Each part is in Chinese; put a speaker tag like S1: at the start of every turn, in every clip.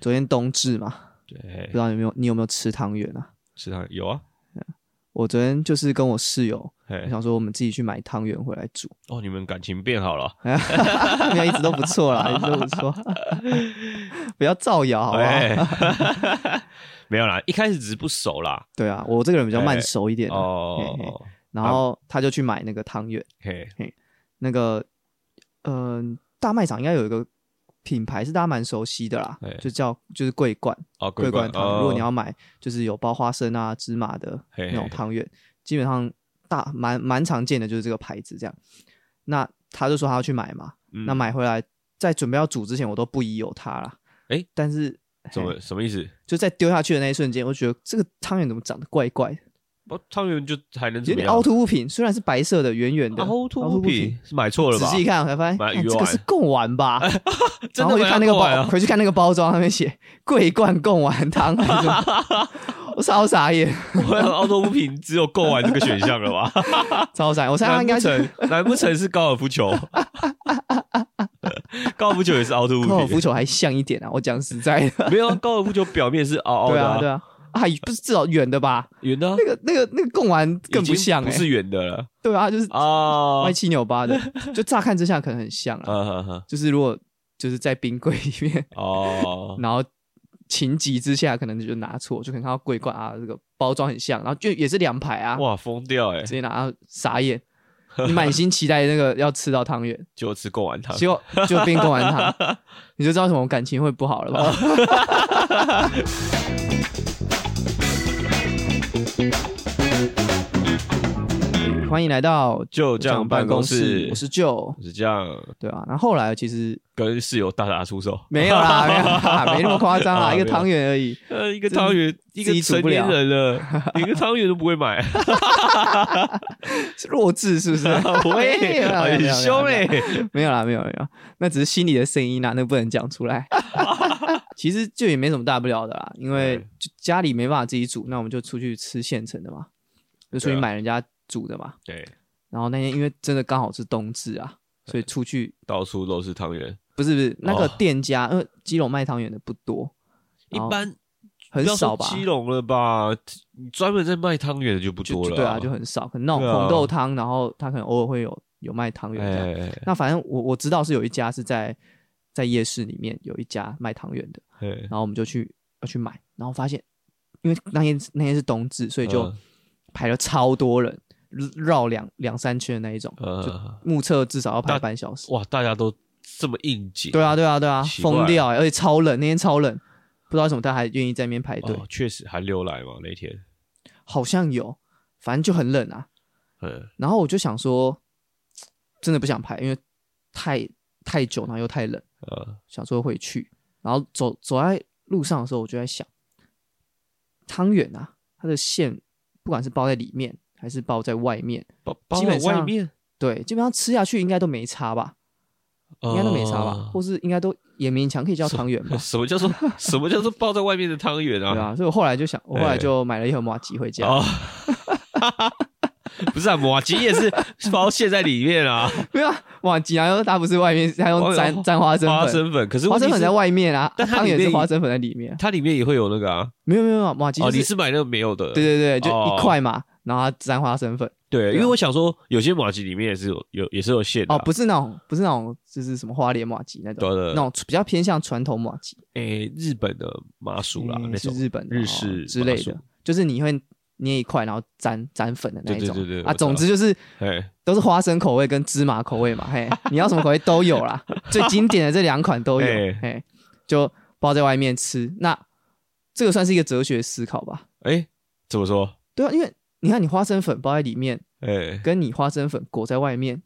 S1: 昨天冬至嘛，不
S2: 对
S1: 知，道有没有你有没有吃汤圆啊？
S2: 食堂有啊，
S1: 我昨天就是跟我室友，
S2: 嘿，
S1: 想说我们自己去买汤圆回来煮，
S2: 哦，你们感情变好了，
S1: 没有一直都不错 啦，一直都不错， 不要造谣好不啊好？
S2: 哎没有啦，一开始只是不熟啦，
S1: 对啊，我这个人比较慢熟一点啊、嘿嘿
S2: 哦，
S1: 然后他就去买那个汤圆，
S2: 嘿，
S1: 那个嗯、呃大卖场应该有一个品牌是大家蛮熟悉的啦
S2: 哎，
S1: 就叫就是桂冠
S2: 哦，
S1: 桂冠汤圆。
S2: 哦
S1: 如果你要买，就是有包花生啊、芝麻的
S2: 嘿
S1: 那种汤圆，基本上大蛮蛮常见的就是这个牌子这样。那他就说他要去买嘛，
S2: 嗯
S1: 那买回来在准备要煮之前，我都不疑有他啦。
S2: 哎
S1: 但是
S2: 怎
S1: 嘿
S2: 么什么意思？
S1: 就在丢下去的那一瞬间，我就觉得这个汤圆怎么长得怪怪的，
S2: 哦，汤圆就还能
S1: 有
S2: 怎么
S1: 点
S2: 样？
S1: 凹凸不平，虽然是白色的、圆圆的，
S2: 凹凸
S1: 凹
S2: 不
S1: 凸不
S2: 平
S1: 平，
S2: 是买错了
S1: 仔
S2: 吧？
S1: 细一看，我才发现，
S2: 买
S1: 看
S2: 鱼
S1: 这个
S2: 丸
S1: 是贡丸 吧？
S2: 真
S1: 然后
S2: 的
S1: 我就
S2: 买
S1: 看那个
S2: 到贡丸
S1: 包，
S2: 啊
S1: 回去看那个包装，上面写“桂冠贡丸汤”，还是什 么我超傻眼，
S2: 我想凹凸不平只有购玩这个选项了 吧？
S1: 超傻眼。我猜他
S2: 难
S1: 应该
S2: 不
S1: 是
S2: 成难不成是高尔夫球？高尔夫球也是凹凸不
S1: 高尔
S2: 平
S1: 夫，球 还像一点啊！我讲实在的，
S2: 没有啊高尔夫球表面是凹凹
S1: 对
S2: 的
S1: 啊，对
S2: 啊，
S1: 啊，啊，不是至少圆的吧？
S2: 圆的啊
S1: 那个、那个、那个贡丸更
S2: 已
S1: 不
S2: 经
S1: 像
S2: 不
S1: 哎，
S2: 是圆的了
S1: 对啊，就是
S2: 啊
S1: 歪。七扭八的，就乍看之下可能很像啊。
S2: 啊哈哈
S1: 就是如果就是在冰柜里面，
S2: 哦，
S1: 然后情急之下可能就拿错，就可能看到桂冠啊，这个包装很像，然后就也是两排啊，
S2: 哇，疯掉哎
S1: 直！接拿然后傻 眼。你满心期待那个要吃到汤圆，
S2: 就吃贡丸汤，
S1: 结果就变贡丸汤， 你就知道为什么我感情会不好了吧？欢迎来到
S2: 就这样办公室，
S1: 我是舅，
S2: 我是这样
S1: 对啊。然后后来其实
S2: 跟室友大打出手。
S1: 没有啦，没有啦， 没那么夸张啦，
S2: 啊
S1: 一个
S2: 没有
S1: 汤圆而已。
S2: 呃，一个汤圆，一个成年人了， 连个汤圆都不会买，
S1: 是弱智是不是？
S2: 喂，
S1: 哎没有没有没有没
S2: 很
S1: 有
S2: 凶欸嘞！
S1: 没有啦，没有没有，那只是心里的声音啦，那不能讲出来。 其实就也没什么大不了的啦，因为
S2: 对
S1: 就家里没办法自己煮，那我们就出去吃现成的嘛，就出去
S2: 对啊
S1: 买人家煮的嘛。
S2: 对，
S1: 然后那天因为真的刚好是冬至啊，所以出去
S2: 到处都是汤圆，
S1: 不是不是那个
S2: 哦
S1: 店家，因为基隆卖汤圆的不多，
S2: 一
S1: 然后
S2: 般
S1: 很
S2: 不要
S1: 少
S2: 说
S1: 吧？
S2: 基隆了吧？你专门在卖汤圆的就不
S1: 就
S2: 多
S1: 就
S2: 了，
S1: 对啊，就很少，可能那
S2: 对
S1: 种
S2: 啊
S1: 红豆汤，然后他可能偶尔会有有卖汤圆这样。
S2: 哎，
S1: 那反正我我知道是有一家是在在夜市里面有一家卖汤圆的，
S2: 哎
S1: 然后我们就去要去买，然后发现因为那天那天是冬至，所以就
S2: 嗯
S1: 排了超多人，绕两两三圈的那一种，
S2: 呃，
S1: 目测至少要排
S2: 那
S1: 半小时。
S2: 哇，大家都这么应景，
S1: 对啊，对啊，对啊，
S2: 奇怪
S1: 疯掉、欸，而且超冷，那天超冷，不知道为什么大家还愿意在那边排队，
S2: 哦，确实寒流来嘛那天，
S1: 好像有，反正就很冷啊。
S2: 嗯，
S1: 然后我就想说，真的不想排，因为太太久，然后又太冷。
S2: 呃，
S1: 想说回去，然后走走在路上的时候，我就在想，汤圆啊，它的馅不管是包在里面还是包在外面，
S2: 包包
S1: 基本
S2: 在
S1: 上
S2: 外面，
S1: 对，基本上吃下去应该都没差吧，应
S2: 应
S1: 该都没差
S2: 哦
S1: 吧，或是应该都也勉强可以叫汤圆吧
S2: 呃 ，什么叫做什么叫做包在外面的汤圆
S1: 对
S2: 啊？
S1: 啊，所以我后来就想，我后来
S2: 哎
S1: 就买了一盒麻吉回家，
S2: 哦， 不是啊，马吉也 是包馅在里面啊，
S1: 没有啊麻吉，然后它不是外面，它用
S2: 哦
S1: 沾
S2: 有
S1: 沾花生
S2: 花
S1: 粉，
S2: 生粉，可是
S1: 花生粉在
S2: 问题
S1: 外面啊，
S2: 但它
S1: 汤
S2: 里
S1: 圆是
S2: 面
S1: 花生粉在里面
S2: 是
S1: 啊，
S2: 它里面也会有那个啊，
S1: 没有没有没有麻吉
S2: 哦，
S1: 就
S2: 你
S1: 是，
S2: 是买那个没有的，
S1: 对对对，就
S2: 哦
S1: 一块嘛，然后它沾花生粉。
S2: 对，因
S1: 对
S2: 为
S1: 啊
S2: 我想说，有些马吉里面也是有有也是有馅的啊
S1: 哦，不是那种，不是那种，就是什么花莲马吉那种，
S2: 对对对
S1: 那种比较偏向传统马吉，
S2: 诶，日本的麻薯啦，
S1: 嗯
S2: 那
S1: 是
S2: 种
S1: 日本的
S2: 日
S1: 哦
S2: 式
S1: 之类
S2: 麻
S1: 的，就是你会捏一块，然后沾沾粉的那一
S2: 对对
S1: 种，
S2: 对对
S1: 啊，
S2: 我知道
S1: 总之就是
S2: 哎，
S1: 都是花生口味跟芝麻口味嘛，嘿，你要什么口味都有啦，最经典的这两款 都有，
S2: 哎
S1: 嘿，就包在外面吃，那这个算是一个哲学思考吧，
S2: 哎，怎么说？
S1: 对啊，因为你看你花生粉包在里面，
S2: 哎，
S1: 跟你花生粉裹在外面，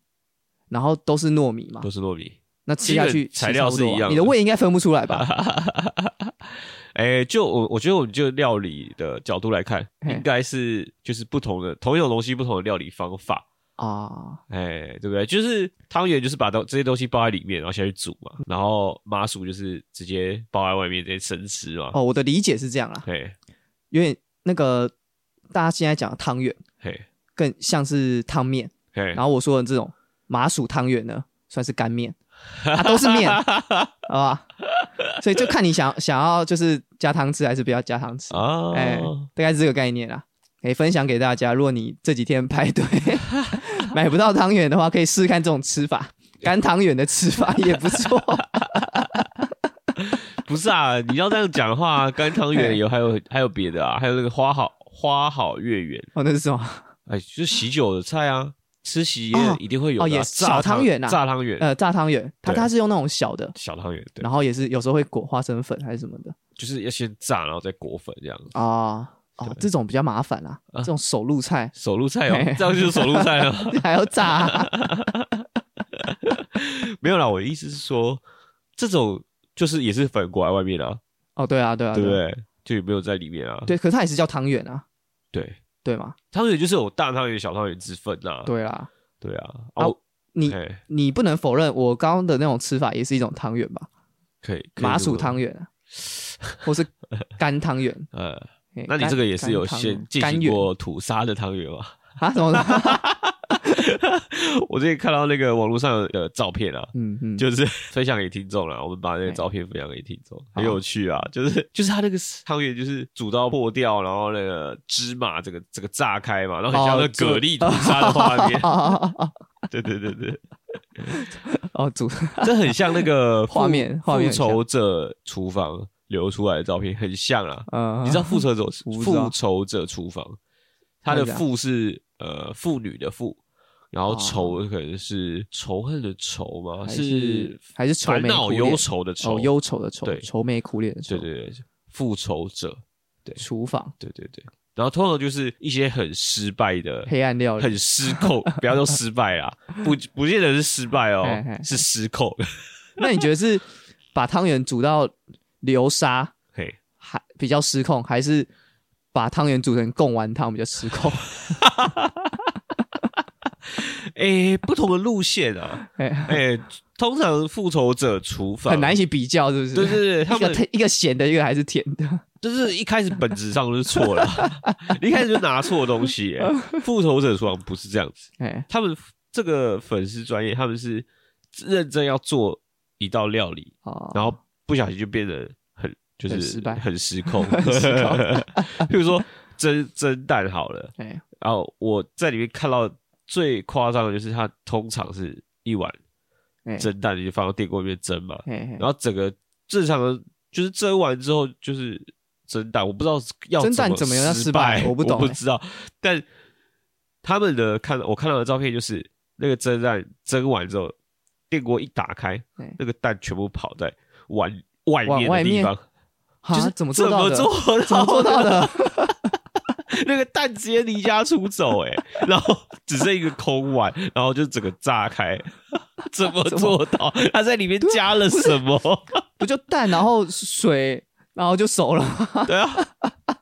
S1: 然后都是糯米嘛，
S2: 都是糯米。
S1: 那吃下
S2: 基
S1: 去
S2: 本材料是一样的
S1: 其实差不多啊你的胃应该分不出来 吧？
S2: 哎，就我我觉得，我们就料理的角度来看，
S1: 嘿
S2: 应该是就是不同的同一种东西，不同的料理方法。
S1: 啊，
S2: 哎，对不对？就是汤圆，就是把东这些东西包在里面，然后下去煮嘛。然后麻薯就是直接包在外面，直接生吃嘛。
S1: 哦，我的理解是这样啦，
S2: 嘿，
S1: 有点那个大家现在讲的汤圆
S2: 嘿，
S1: 更像是汤面，
S2: 嘿，
S1: 然后我说的这 种麻薯汤圆呢，算是干面，啊，都是面，好吧？所以就看你想想要就是加汤吃还是不要加汤吃，
S2: 啊，
S1: 哎、大概是这个概念啦。可以分享给大家，如果你这几天排队 买不到汤圆的话，可以试试看这种吃法，干汤圆的吃法也不错。
S2: 不是啊，你要这样讲的话，干汤圆有还有还有别的啊，还有那个花好花好月圆，
S1: 哦，那是什么？
S2: 哎，就是喜酒的菜啊，吃喜宴
S1: 哦
S2: 一定会有的、
S1: 哦也
S2: 炸
S1: 小汤圆啊
S2: 炸汤圆，
S1: 呃，炸汤圆，它
S2: 对
S1: 它是用那种小的，
S2: 小汤圆，对
S1: 然，后也是有时候会裹花生粉还是什么的
S2: 就是要先炸，然后再裹粉这样子。
S1: 啊。哦，这种比较麻烦啦，
S2: 啊
S1: 这种手路菜
S2: 手入菜哦
S1: 嘿，
S2: 这样就是手入菜了。
S1: 还要炸啊、
S2: 没有啦，我的意思是说，这种就是也是粉裹在外面啊，
S1: 哦，对啊，对啊，
S2: 对不
S1: 对啊
S2: 对？就也没有在里面啊。
S1: 对，可是它也是叫汤圆啊，
S2: 对，
S1: 对吗？
S2: 汤圆就是有大汤圆、小汤圆之分呐。
S1: 对啦，
S2: 对啊，
S1: 啊
S2: 哦，
S1: 你
S2: 嘿
S1: 你不能否认，我刚刚的那种吃法也是一种汤圆吧？
S2: 可以
S1: 麻薯，
S2: 可以
S1: 汤圆啊， 或是干汤 圆。
S2: 这么呃，
S1: 嘿
S2: 那你
S1: 哎干
S2: 这个也是有
S1: 干汤
S2: 先进
S1: 干
S2: 行
S1: 圆
S2: 过吐沙的汤圆吗？
S1: 啊？什么？
S2: 我最近看到那个网络上的照片啊，
S1: 嗯嗯，
S2: 就是 分享给听众了。我们把那个照片分享给听众，很有趣啊。就是就是它那个汤圆就是煮到破掉，然后那个芝麻这个这个炸开嘛，然后很像
S1: 哦
S2: 那
S1: 这。
S2: 蛤蜊吐沙的画面
S1: 哦哦
S2: 对对对对，
S1: 哦，煮
S2: 这很像那个
S1: 画面
S2: 复
S1: 画面很
S2: 复
S1: 像
S2: 仇者厨房流出来的照片很像啊。
S1: 呃，
S2: 你知道复仇者
S1: 我不知道
S2: 复仇者厨房，它的
S1: 真的假的
S2: 妇是呃妇女的妇，然后
S1: 哦
S2: 仇可能是仇恨的仇吗？
S1: 嗯还
S2: 是
S1: 还是愁
S2: 烦
S1: 眉
S2: 恼
S1: 苦脸
S2: 忧愁的愁
S1: 哦，，忧愁的愁
S2: 对，
S1: 愁眉苦脸的愁
S2: 对，对对，复仇者，
S1: 厨房
S2: 对对对。然后通常就是一些很失败的、
S1: 黑暗料理
S2: 很失控，不要说失败啦，不不见得是失败哦
S1: 嘿，嘿
S2: 是失控。
S1: 那你觉得是把汤圆煮到流沙
S2: 嘿，
S1: 还比较失控，还是把汤圆煮成贡丸汤比较失控？
S2: 诶，不同的路线啊，
S1: 哎
S2: 诶，通常复仇者厨房
S1: 很难一起比较，是不是？
S2: 对对对，他
S1: 一个
S2: 们
S1: 甜一个咸的，一个还是甜的。
S2: 就是一开始本质上就是错了， 你一开始就拿错东西、 欸。复仇者厨房不是这样子，
S1: 哎，
S2: 他们这个粉丝专业，他们是认真要做一道料理，
S1: 哦，
S2: 然后不小心就变得很就是
S1: 很失败
S2: 很 失控。
S1: 失控
S2: 譬如说蒸蒸蛋好了，
S1: 哎，
S2: 然后我在里面看到最夸张的就是，它通常是一碗
S1: 哎
S2: 蒸蛋，你就放到电锅里面蒸嘛，
S1: 哎哎
S2: 然后整个正常的就是蒸完之后就是蒸蛋，我不知道要
S1: 蒸蛋
S2: 怎
S1: 怎么样
S2: 失
S1: 失败
S2: 我
S1: 我不懂
S2: 不
S1: 欸
S2: 知道。但他们的看我看到的照片就是那个蒸蛋蒸完之后，电锅一打开
S1: 对，
S2: 那个蛋全部跑在碗外
S1: 碗
S2: 面的
S1: 外
S2: 地
S1: 面
S2: 方，就
S1: 哈
S2: 是
S1: 啊怎么
S2: 怎
S1: 做到
S2: 么
S1: 的？
S2: 做
S1: 怎么做到的？
S2: 那个蛋直接离家出走哎、欸然后只剩一个空碗，然后就整个炸开， 怎么做到？他在里面加了什么？
S1: 不就蛋，然后水，然后就熟了。
S2: 对啊，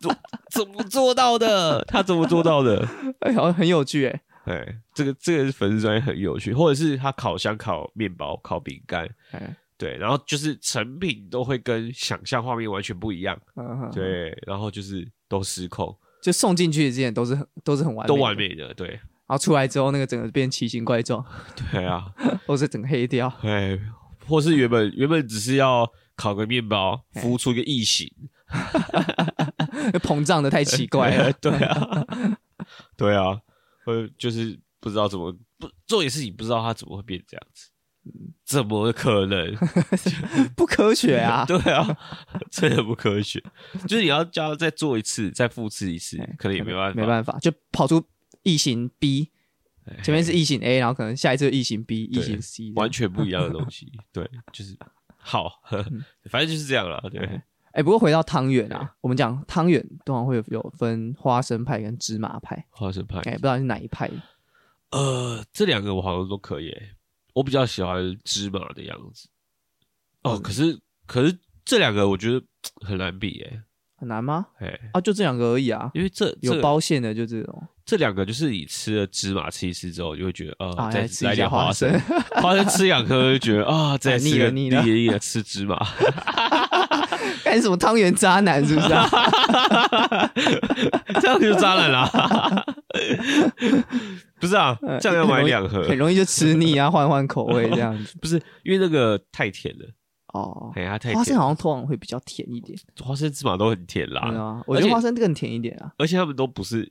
S2: 怎怎么做到的？他怎么做到的？
S1: 哎，好像很有趣哎。
S2: 哎，这个这个粉丝专业很有趣，或者是他烤箱烤面包、烤饼干，
S1: 哎，
S2: 对，然后就是成品都会跟想象画面完全不一样，
S1: 嗯，嗯，嗯
S2: 对，然后就是都失控，
S1: 就送进去之前都是很都是很完美，
S2: 都完。美的，对，
S1: 然后出来之后，那个整个变奇形怪状，
S2: 对啊，
S1: 或是整个黑掉。
S2: 哎，或是原本原本只是要烤个面包，
S1: 哎
S2: 孵出一个异形，。
S1: 膨胀的太奇怪了
S2: 对啊， 对啊，呃，就是不知道怎么不做点事情，不知道它怎么会变这样子，怎么可能？！
S1: 不科学啊
S2: 对啊，真的不科学。就是你要叫它再做一次，再复制一次
S1: 哎，
S2: 可能也没办法，
S1: 没办法，就跑出异形 B，前面是异形 A，然后可能下一次就异形 B、异
S2: 对
S1: 形 C 这样。
S2: 哎完全不一样的东西。对，就是好， 呵呵反正就是这样了。对，
S1: 哎，不过回到汤圆啊，我们讲汤圆通常会有有分花生派跟芝麻派，
S2: 花生派
S1: 哎，不知道你是哪一派的
S2: 呃，这两个我好像都可以欸、我比较喜欢芝麻的样子。哦，
S1: 嗯
S2: 可是可是这两个我觉得很难比诶、
S1: 很难吗？
S2: 欸，哎、
S1: 啊，就这两个而已啊，
S2: 因为这这
S1: 有
S2: 个
S1: 包馅的就这种。
S2: 这两个就是你吃了芝麻吃一吃之后，就会觉得呃，
S1: 啊
S2: 再
S1: 来吃一
S2: 来点
S1: 下花
S2: 生
S1: 生，
S2: 花生吃两颗就觉 得啊，再
S1: 哎
S2: 吃
S1: 腻了
S2: 个
S1: 腻了
S2: 腻了吃芝麻，
S1: 干什么汤圆渣男是不 是啊？
S2: 这样就渣男啦。 不是啊，
S1: 嗯
S2: 这样要买两盒，
S1: 很容易就吃腻啊，换换口味这样子。
S2: 不是因为那个太甜了。
S1: 哦，
S2: 哎，它太
S1: 花
S2: 甜
S1: 生，好像通常会比较甜一点，
S2: 花生芝麻都很甜
S1: 对
S2: 啦，
S1: 啊，我觉得
S2: 而且
S1: 花生更甜一点啊。
S2: 而且它们都不是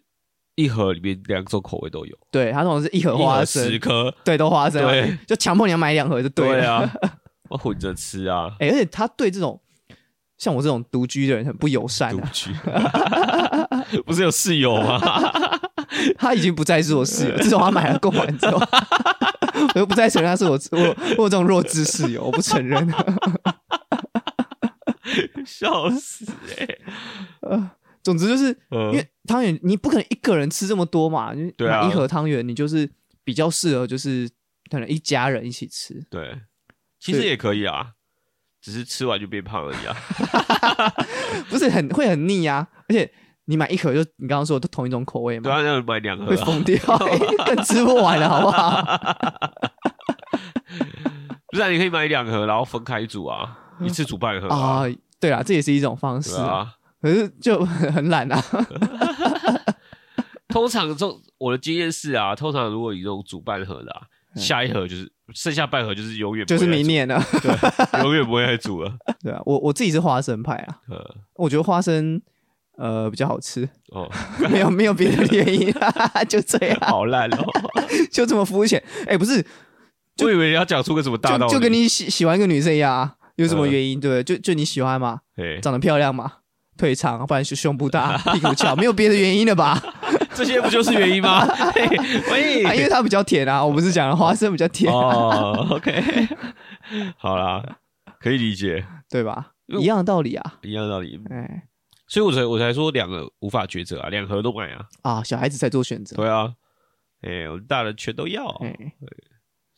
S2: 一盒里面两种口味都有，
S1: 对，它通常是一盒
S2: 一
S1: 花
S2: 盒
S1: 生，
S2: 十颗，
S1: 对，都花生嘛，啊
S2: 对
S1: 就强迫你要买两盒就了。
S2: 对啊， 我混着吃啊，
S1: 哎、而且他对这种像我这种独居的人很不友善
S2: 独
S1: 啊，
S2: 居， 不是有室友吗？
S1: 他已经不再是我室友，自从他买了贡丸之后， 我又不再承认他是我我我有这种弱智室友，我不承认。啊
S2: 笑死哎、
S1: 总之就是因
S2: 嗯
S1: 为汤圆，你不可能一个人吃这么多嘛，你
S2: 对啊
S1: 买一盒汤圆，你就是比较适合就是可能一家人一起吃，
S2: 对，其实也可以啊，只是吃完就变胖 而已啊。
S1: 不是很会很腻啊，而且你买一盒就你刚刚说的都同一种口味
S2: 对
S1: 嘛，
S2: 啊，要买两盒
S1: 会
S2: 啊，
S1: 疯掉、欸更吃不完了，好不好？
S2: 不啊然你可以买两盒，然后分开煮 啊，一次煮半盒
S1: 啊，
S2: 啊。
S1: 对啦，这也是一种方式
S2: 对啊，
S1: 可是就很很懒啊。
S2: 通常这种我的经验是啊，通常如果你这种煮半盒的、啊，
S1: 嗯
S2: 下一盒就是剩下半盒就是永远不
S1: 就
S2: 会
S1: 是
S2: 再
S1: 明
S2: 煮
S1: 年了。
S2: 对，永远不会再煮了。
S1: 对啊，我我自己是花生派啊，
S2: 呃，
S1: 我觉得花生呃比较好吃，
S2: 哦，
S1: 没有没有别的原因 啦，就这样，
S2: 好烂 哦！
S1: 就这么肤浅。哎、不是，
S2: 我以为你要讲出个什么大
S1: 就
S2: 道理，
S1: 就跟你喜喜欢一个女生一样啊，有什么
S2: 嗯
S1: 原因？对不对，就就你喜欢嘛，
S2: 哎，
S1: 长得漂亮嘛，腿长，不然就胸部大、屁股翘，没有别的原因了吧？
S2: 这些不就是原 因吗？嘿喂，
S1: 啊因为它比较甜 啊，我不是讲了花生比较甜，
S2: 哦，OK，好啦，可以理解，
S1: 对吧？
S2: 因为嗯
S1: 一样的道理啊。
S2: 一样的道理。
S1: 哎
S2: 所以我才我才说两个无法抉择啊，两盒都买啊，
S1: 啊，小孩子在做选择。
S2: 对啊，哎、我们大人全都要，
S1: 哎，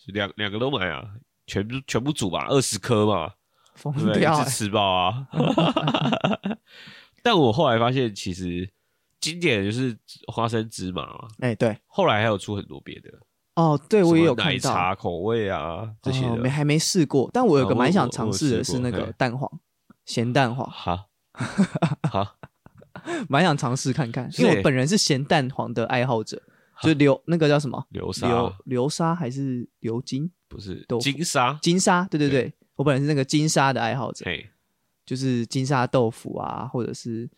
S2: 两两个都买啊，全部全部煮吧，二十颗嘛，
S1: 疯
S2: 对不对？
S1: 掉、
S2: 一
S1: 哎
S2: 次吃饱啊。 但我后来发现，其实经典的就是花生芝麻嘛，
S1: 哎、对，
S2: 后来还有出很多别的，
S1: 哦，对我也有
S2: 什么
S1: 看
S2: 奶
S1: 到。
S2: 茶口味啊这些
S1: 哦
S2: 的
S1: 没。还没试过，但我有个
S2: 哦
S1: 蛮
S2: 我
S1: 想
S2: 我
S1: 尝
S2: 我
S1: 试的
S2: 试
S1: 是
S2: 过
S1: 那个
S2: 嘿
S1: 蛋黄咸蛋黄，
S2: 好，好，
S1: 蛮想尝试看看，
S2: 是
S1: 因为
S2: 欸
S1: 我本人是咸蛋黄的爱好者，就流那个叫什么
S2: 流沙
S1: 流流沙还是流金
S2: 不是
S1: 豆腐
S2: 金沙，
S1: 金沙？对对
S2: 对
S1: 对，我本人是那个金沙的爱好者，
S2: 哎，
S1: 就是金沙豆腐啊，或者是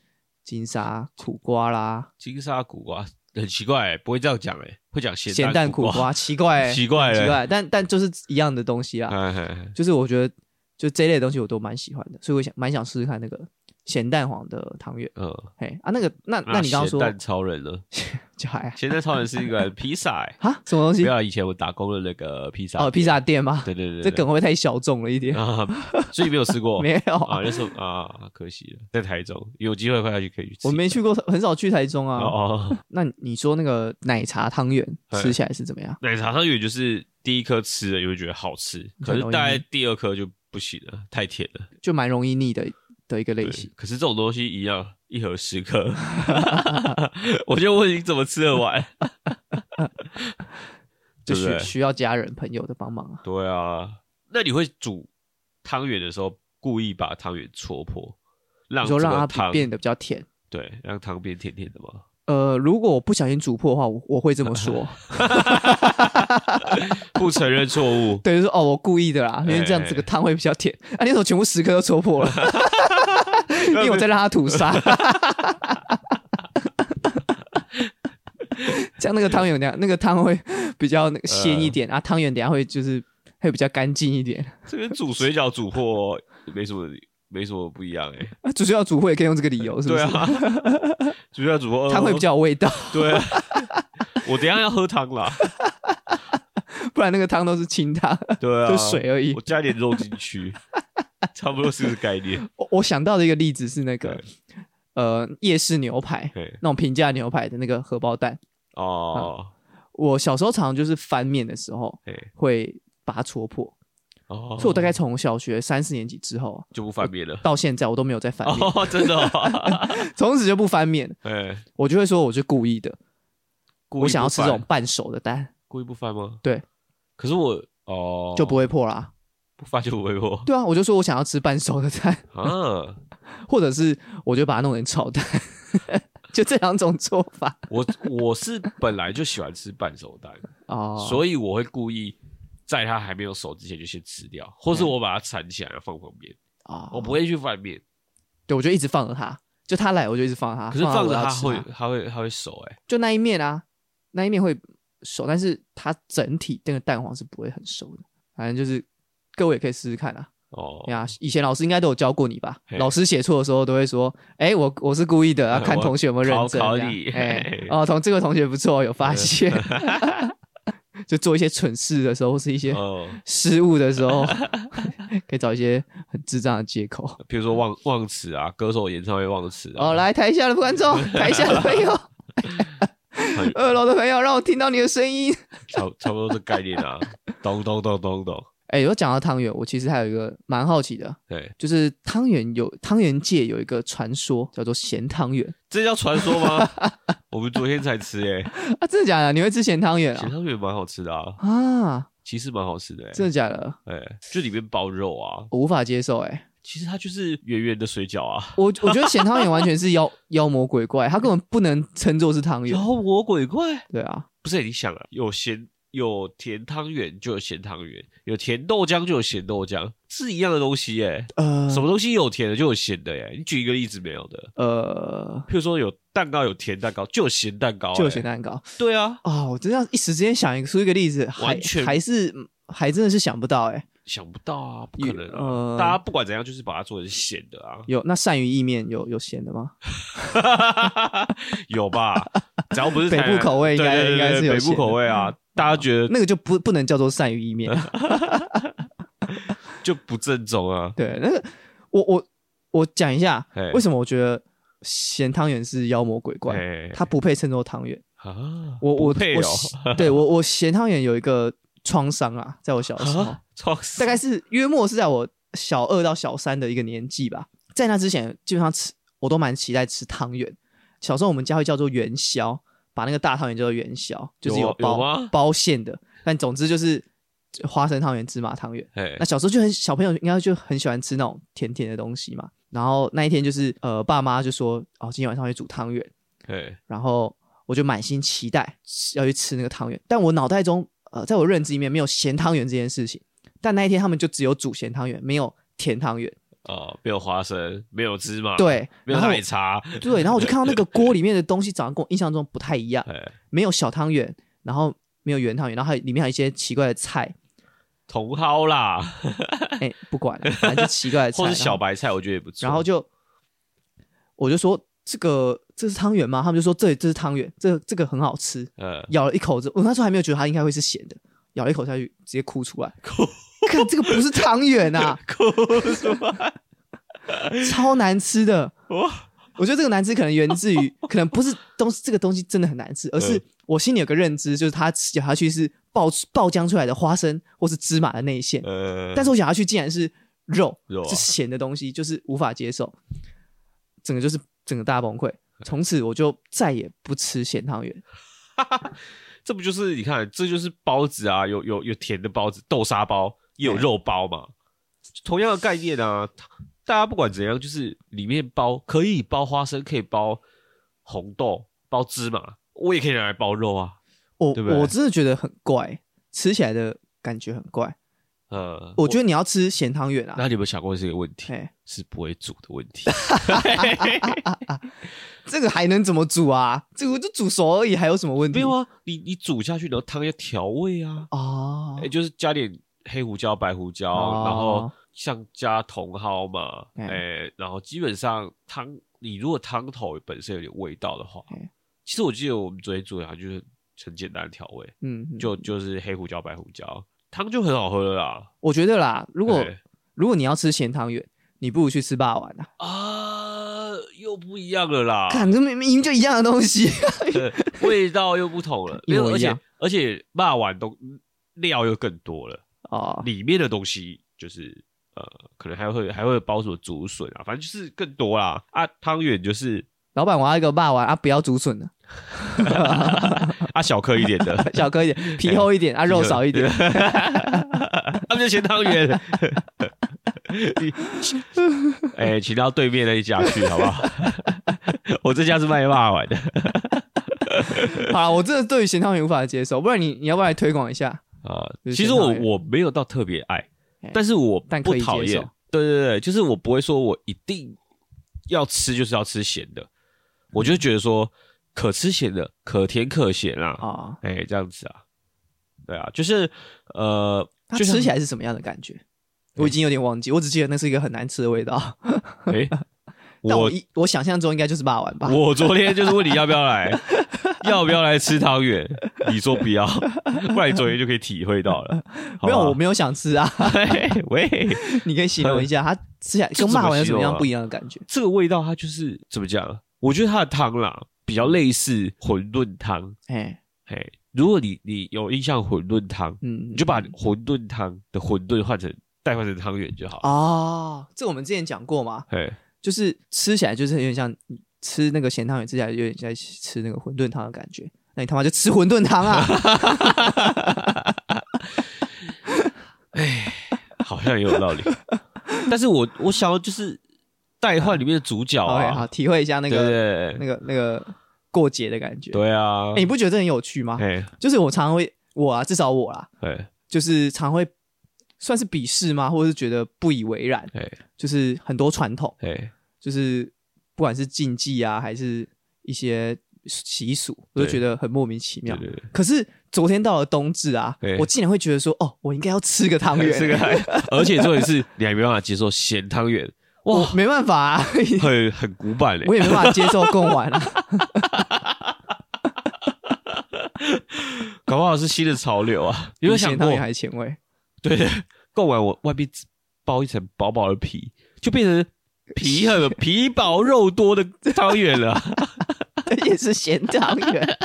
S1: 金沙苦瓜啦、
S2: 金沙苦瓜很奇怪、不会这样讲哎、会讲咸
S1: 咸蛋苦
S2: 苦瓜，
S1: 瓜， 奇怪欸
S2: 奇怪
S1: 奇
S2: 欸
S1: 怪，但但就是一样的东西啦，
S2: 哎哎哎
S1: 就是我觉得就这类的东西我都蛮喜欢的，所以我想蛮想试试看那个咸蛋黄的汤圆。
S2: 嗯，
S1: 嘿啊，那个那那你刚刚说
S2: 咸蛋超人呢？
S1: 小孩啊，
S2: 咸蛋超人是一个披萨、欸
S1: 啊什么东
S2: 不
S1: 西？
S2: 要以前我打工的那个披萨
S1: 哦，披萨，店吗？
S2: 对对对，
S1: 这
S2: 对
S1: 梗会不会太小众了一 点？
S2: 啊，所以没有吃 过，
S1: 没有，
S2: 啊，那时候啊，可惜了，在台中有机会快下去可以去吃，
S1: 我没去过，很少去台中
S2: 哦
S1: 啊。
S2: 哦，
S1: 那你说那个奶茶汤圆
S2: 对
S1: 吃起来是怎么样？
S2: 奶茶汤圆就是第一颗吃了你会觉得好吃，可是大概第二颗就不行了，太甜了。
S1: 就蛮容易腻的的一个类
S2: 对
S1: 型。
S2: 可是这种东西一样，一盒十颗， 我就问你怎么吃 得完？
S1: 就
S2: 对不
S1: 需
S2: 对
S1: 需要家人朋友的帮忙啊。
S2: 对啊，那你会煮汤圆的时候故意把汤圆戳破，让
S1: 你说
S2: 这
S1: 让
S2: 个
S1: 它
S2: 汤
S1: 比变得比较甜。
S2: 对，让汤变甜甜的吗？
S1: 呃，如果我不小心煮破的话，我我会这么
S2: 嗯
S1: 说，，
S2: 不承认错误
S1: 对，就是哦，我故意的啦，因为这样
S2: 哎
S1: 这个汤会比较甜。啊，你怎么全部十颗都戳破了？ 因为我在让它吐沙， 这样那个汤圆那样，那个汤会比较那个鲜
S2: 嗯
S1: 一点、啊，汤圆等一下会就是会比较干净一点。
S2: 这跟煮水饺煮破没什么没什么不一样哎、
S1: 啊，主要煮会也可以用这个理由，是不
S2: 对
S1: 是？
S2: 啊， 煮水饺煮破
S1: 汤会比较有味道，
S2: 对 啊，我等一下要喝汤啦，
S1: 不然那个汤都是清汤，
S2: 对啊，
S1: 就水而已
S2: 我。加点肉进 去，差不多是这个概念。
S1: 我我想到的一个例子是那个呃夜市牛排
S2: 对，
S1: 那种平价牛排的那个荷包蛋，
S2: 哦，
S1: 我小时候常常就是翻面的时候
S2: 哎，
S1: 会把它戳破，
S2: 哦，
S1: 所以我大概从小学三四年级之后啊
S2: 就不翻面了。
S1: 到现在，我都没有再翻面，
S2: 哦，真 的、哦，
S1: 从此就不翻面了。
S2: 哎，
S1: 我就会说我是故意的，
S2: 故意
S1: 我想要吃这
S2: 不
S1: 种
S2: 翻，
S1: 半熟的蛋，
S2: 故意不翻吗？
S1: 对，
S2: 可是我哦，
S1: 就不会破啦。
S2: 不翻就不会破
S1: 对啊，我就说我想要吃半熟的蛋，
S2: 啊。
S1: 或者是我就把它弄成炒蛋， 就这两种做法
S2: 我我是本来就喜欢吃半熟蛋，
S1: 哦。
S2: 所以我会故意。在它还没有熟之前就先吃掉，或是我把它铲起来放旁边，
S1: 啊，
S2: 我不会去翻面。
S1: 对，我就一直放着它，就它来我就一直放着它。
S2: 可是
S1: 啊放
S2: 放着
S1: 它我
S2: 它
S1: 就要
S2: 会
S1: 吃它，
S2: 它会它会熟哎、
S1: 就那一面啊，那一面会熟，但是它整体那个蛋黄是不会很熟的。反正就是各位也可以试试看啊。
S2: 哦，
S1: 呀，以前老师应该都有教过你吧？
S2: 嘿
S1: 老师写错的时候都会说：“哎，我我是故意 的，要看同学有没有认真。”
S2: 考
S1: 这样
S2: 考你
S1: 哎
S2: 嘿，
S1: 哦，同这个同学不错，有发现。 就做一些蠢事的时候，或是一些
S2: 哦，
S1: 失误的时 候，可以找一些很智障的借口。
S2: 比如说忘忘词啊，歌手演唱会忘词啊，
S1: 哦，来台下的观 众，台下的朋友，二楼的朋友，让我听到你的声音。
S2: 差差不多这概念啊，咚咚咚咚咚，
S1: 哎，有讲到汤圆，我其实还有一个蛮好奇的，
S2: 对，
S1: 就是汤圆有汤圆界有一个传说叫做咸汤圆
S2: 这叫传 说吗？我们昨天才吃哎、欸，
S1: 啊，真的假的？你会吃咸汤圆
S2: 咸
S1: 啊？
S2: 汤圆蛮好吃的啊，
S1: 啊，
S2: 其实蛮好吃的哎、欸，
S1: 真的假的？
S2: 哎、就里面包肉啊，
S1: 我无法接受哎、
S2: 其实它就是圆圆的水饺啊，
S1: 我我觉得咸汤圆完全是妖妖魔鬼怪，它根本不能称作是汤圆
S2: 妖。魔鬼怪，
S1: 对啊，
S2: 不是、欸、你想啊，有咸有甜汤圆就有咸汤圆，有甜豆浆就有咸豆浆，是一样的东西哎、
S1: 呃
S2: 什么东西有甜的就有咸的耶？你举一个例子没有的，
S1: 呃，
S2: 譬如说有蛋糕有甜蛋糕，就有咸蛋糕、
S1: 就有咸。蛋糕
S2: 对啊，
S1: 啊、我真的要一时之间想一个出一个例子，还
S2: 完全
S1: 还是还真的是想不到哎、
S2: 想不到啊，不可能啊、
S1: 呃，
S2: 大家不管怎样，就是把它做成咸的啊
S1: 有那鳝鱼意面有有咸的吗？
S2: 有吧？只要不 是
S1: 北部
S2: 台南
S1: 口味应该
S2: 对对对
S1: 应该是有
S2: 北
S1: 咸的嗯
S2: 部口味啊。大家觉得
S1: 那个就不不能叫做鳝鱼 意面。
S2: 就不正宗啊？
S1: 对，那个我我我讲一下
S2: 嘿
S1: 为什么我觉得咸汤圆是妖魔鬼怪，
S2: 哎
S1: 它不配称作汤圆。
S2: 啊，
S1: 我我
S2: 不配
S1: 我
S2: 哦，
S1: 咸对我我咸汤圆有一个创伤啊，在我小时候，
S2: 啊，超
S1: 大概是约莫是在我小二到小三的一个年纪吧，在那之前基本上吃我都蛮期待吃汤圆。小时候我们家会叫做元宵，把那个大汤圆叫做元宵，就是
S2: 有啊有
S1: 包
S2: 吗
S1: 包馅的，但总之就是花生汤圆、芝麻汤圆。
S2: 哎
S1: 那小时候就很小朋友应该就很喜欢吃那种甜甜的东西嘛。然后那一天就是呃，爸妈就说哦，今天晚上去煮汤圆，
S2: 哎
S1: 然后我就满心期待要去吃那个汤圆，但我脑袋中呃，在我认知里面没有咸汤圆这件事情。但那一天他们就只有煮咸汤圆，没有甜汤圆。
S2: 哦，没有花生，没有芝麻，，
S1: 对，
S2: 啊没有
S1: 然后
S2: 奶茶，
S1: 对，然后我就看到那个锅里面的东西长得跟我印象中不太一样，
S2: 哎，
S1: 没有小汤圆，然后没有圆汤圆，然后还有里面还有一些奇怪的菜，
S2: 茼蒿啦，
S1: 哎，不管了，反正就奇怪的菜，
S2: 或是
S1: 然后
S2: 小白菜，我觉得也不错。
S1: 然后就我就说这个这是汤圆吗？他们就说这这是汤圆，这这个很好吃。
S2: 呃，
S1: 咬了一口之后，我那时候还没有觉得它应该会是咸的，咬了一口下去直接哭出来，哭，看这个不是汤圆 啊，
S2: 哭出来，
S1: 超难吃的。
S2: 哇，
S1: 我觉得这个难吃可能源自 于，可能不是东西这个东西真的很难吃，而是
S2: 嗯
S1: 我心里有个认知，就是它吃咬下去是爆爆浆出来的花生或是芝麻的内馅，
S2: 呃，
S1: 但
S2: 是
S1: 是我咬下去竟然是肉，
S2: 肉啊
S1: 是咸的东西，就是无法接受，整个就是整个大崩溃。
S2: 嗯
S1: 从此我就再也不吃咸汤圆。
S2: 这不就是你看，这就是包子啊，有有有甜的包子，豆沙包也有肉包嘛，同样的概念啊。大家不管怎样，就是里面包可以包花生，可以包红豆，包芝麻，我也可以拿来包肉啊。
S1: 我
S2: 对不对
S1: 我真的觉得很怪，吃起来的感觉很怪。
S2: 呃，
S1: 我觉得你要吃咸汤圆啊，
S2: 那你有没有想过这个问题？
S1: 哎，
S2: 是不会煮的问题。
S1: 这个还能怎么煮啊？这个我就煮熟而已，还有什么问题？
S2: 没有啊，你你煮下去，然后汤要调味啊。
S1: 哦
S2: 哎、，就是加点黑胡椒、白胡椒，
S1: 哦
S2: 然后像加茼蒿嘛，哎、
S1: 嗯
S2: 然后基本上汤，你如果汤头本身有点味道的话，
S1: 嗯
S2: 其实我记得我们昨天煮的好像就是很简单的调味，
S1: 嗯，嗯
S2: 就就是黑胡椒、白胡椒，汤就很好喝了啦。
S1: 我觉得啦，如
S2: 如
S1: 果如果你要吃咸汤圆，你不如去吃霸王啊，
S2: 啊，又不一样了啦，
S1: 看这明明就一样的东西。
S2: 对 味道又不同了，
S1: 一模
S2: 没有
S1: 一样
S2: 而且而且骂完都料又更多了。
S1: 哦，
S2: 里面的东西就是呃，可能还会还会包什么竹笋啊，反正就是更多啦。啊，汤圆就是
S1: 老板，我要一个霸王啊，不要竹笋了，
S2: 啊小颗一点的，
S1: 小颗一 点，皮厚一点啊，肉少一点。
S2: 他们就嫌汤圆。 你哎、请到对面那一家去好不好？ 我这家是卖骂碗的，
S1: 好啦，我真的对于咸汤圆无法接受，不然你你要不要来推广一下？
S2: 啊、
S1: 就是
S2: 其实
S1: 咸汤
S2: 我
S1: 圆
S2: 我没有到特别爱
S1: 哎，
S2: 但是我
S1: 但
S2: 不
S1: 可以
S2: 讨
S1: 接
S2: 厌
S1: 受。
S2: 对对对，就是我不会说我一定要吃就是要吃咸的，我
S1: 嗯
S2: 就觉得说可吃咸的，可甜可咸啊，
S1: 啊，
S2: 哎、这样子啊，对啊，就是呃，
S1: 它
S2: 就像
S1: 吃起来是什么样的感觉？我已经有点忘记，我只记得那是一个很难吃的味道。
S2: 哎、
S1: 但
S2: 我
S1: 我一我想象中应该就是霸王吧。
S2: 我昨天就是问你要不要来， 要不要来吃汤圆，你说不要， 不然你昨天就可以体会到了。好
S1: 没有，
S2: 吧
S1: 我没有想吃啊。
S2: 喂，
S1: 你可以形容 一下，它吃起来
S2: 这
S1: 跟
S2: 怎么
S1: 霸王有什么
S2: 形容
S1: 样
S2: 啊
S1: 不一样的感觉？
S2: 这个味道它就是怎么讲？我觉得它的汤啦，比较类似馄饨汤。
S1: 哎，
S2: 嘿，如果你你有印象馄饨汤，
S1: 嗯，
S2: 你就把馄饨汤的馄饨换成代换成汤圆就好了。
S1: 哦，这我们之前讲过嘛，
S2: 嘿，
S1: 就是吃起来就是有点像吃那个咸汤圆，吃起来有点像吃那个馄饨汤的感觉。那你他妈就吃馄饨汤 啊！
S2: 好像也有道理。但是我我想要就是代换里面的主角
S1: OK，
S2: 啊
S1: 好，，体会一下那
S2: 对
S1: 个
S2: 对
S1: 那个那个过节的感觉。
S2: 对啊哎
S1: 哎，，你不觉得这很有趣吗？
S2: 嘿，
S1: 就是我常常会我啊，至少我啦，
S2: 嘿，
S1: 就是常会算是鄙视吗，或者是觉得不以为然，
S2: 嘿，
S1: 就是很多传统。
S2: 嘿，
S1: 就是不管是禁忌啊，还是一些习俗，我
S2: 对
S1: 就觉得很莫名其
S2: 对
S1: 妙。
S2: 对对。
S1: 可是昨天到了冬至啊
S2: 对，
S1: 我竟然会觉得说，哦，我应该要吃个 汤圆，
S2: 这 个还，而且重点是你还没办法接受咸汤圆，
S1: 我
S2: 哇，
S1: 没办法、啊，
S2: 很很古板嘞、
S1: 我也没办法接受贡丸啊。
S2: 欸搞不好是新的潮 流啊！有没有想
S1: 比咸
S2: 过
S1: 汤？圆还前卫？
S2: 对对，购买我外面只包一层薄薄的皮，就变成 皮很皮薄肉多的汤圆了啊。
S1: 也是咸汤圆，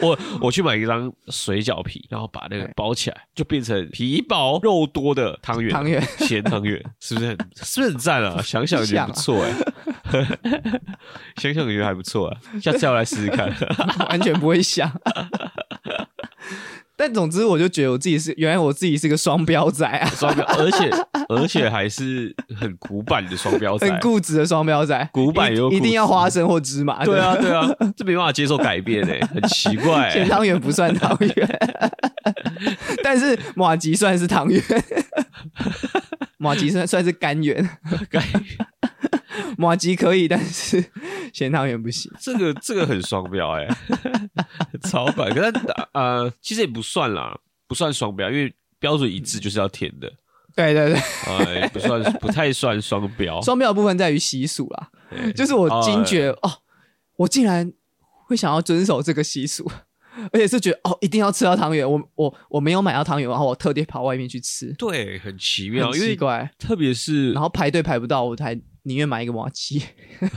S2: 我我去买一张水饺皮，然后把那个
S1: 对
S2: 包起来，就变成皮薄肉多的汤圆了。
S1: 汤圆
S2: 咸汤圆是不是很是不是很赞啊？想想觉得不错哎、 想想觉得还不错啊，下次要来试试看。
S1: 完全不会想。但总之，我就觉得我自己是，原来我自己是个双标仔 啊，
S2: 双标，而且而且还是很古板的双标仔，
S1: 很固执的双标仔，
S2: 古板又
S1: 一一
S2: 固执
S1: 定要花生或芝麻。
S2: 对啊，对啊，这没办法接受改变哎、很奇怪、
S1: 咸
S2: 欸。
S1: 汤圆不算汤 圆，但是马吉算是汤圆，马吉算算是甘圆，
S2: 改
S1: 马吉可以，但是 咸汤圆不行。
S2: 这个这个很双标哎、 超版，可是呃，其实也不算啦，不算双标，因为标准一致就是要甜的，
S1: 对对对，
S2: 呃，也不算不太算双标。
S1: 双标的部分在于习俗啦，
S2: 哦对
S1: 就是我惊觉哦，我竟然会想要遵守这个习俗。 而且是觉得哦，一定要吃到汤圆。我我我没有买到汤圆，然后我特地跑外面去吃，
S2: 对，很奇妙，
S1: 很
S2: 因
S1: 奇
S2: 为
S1: 怪。
S2: 特别是
S1: 然后排队排不到，我才宁愿买一个麻吉，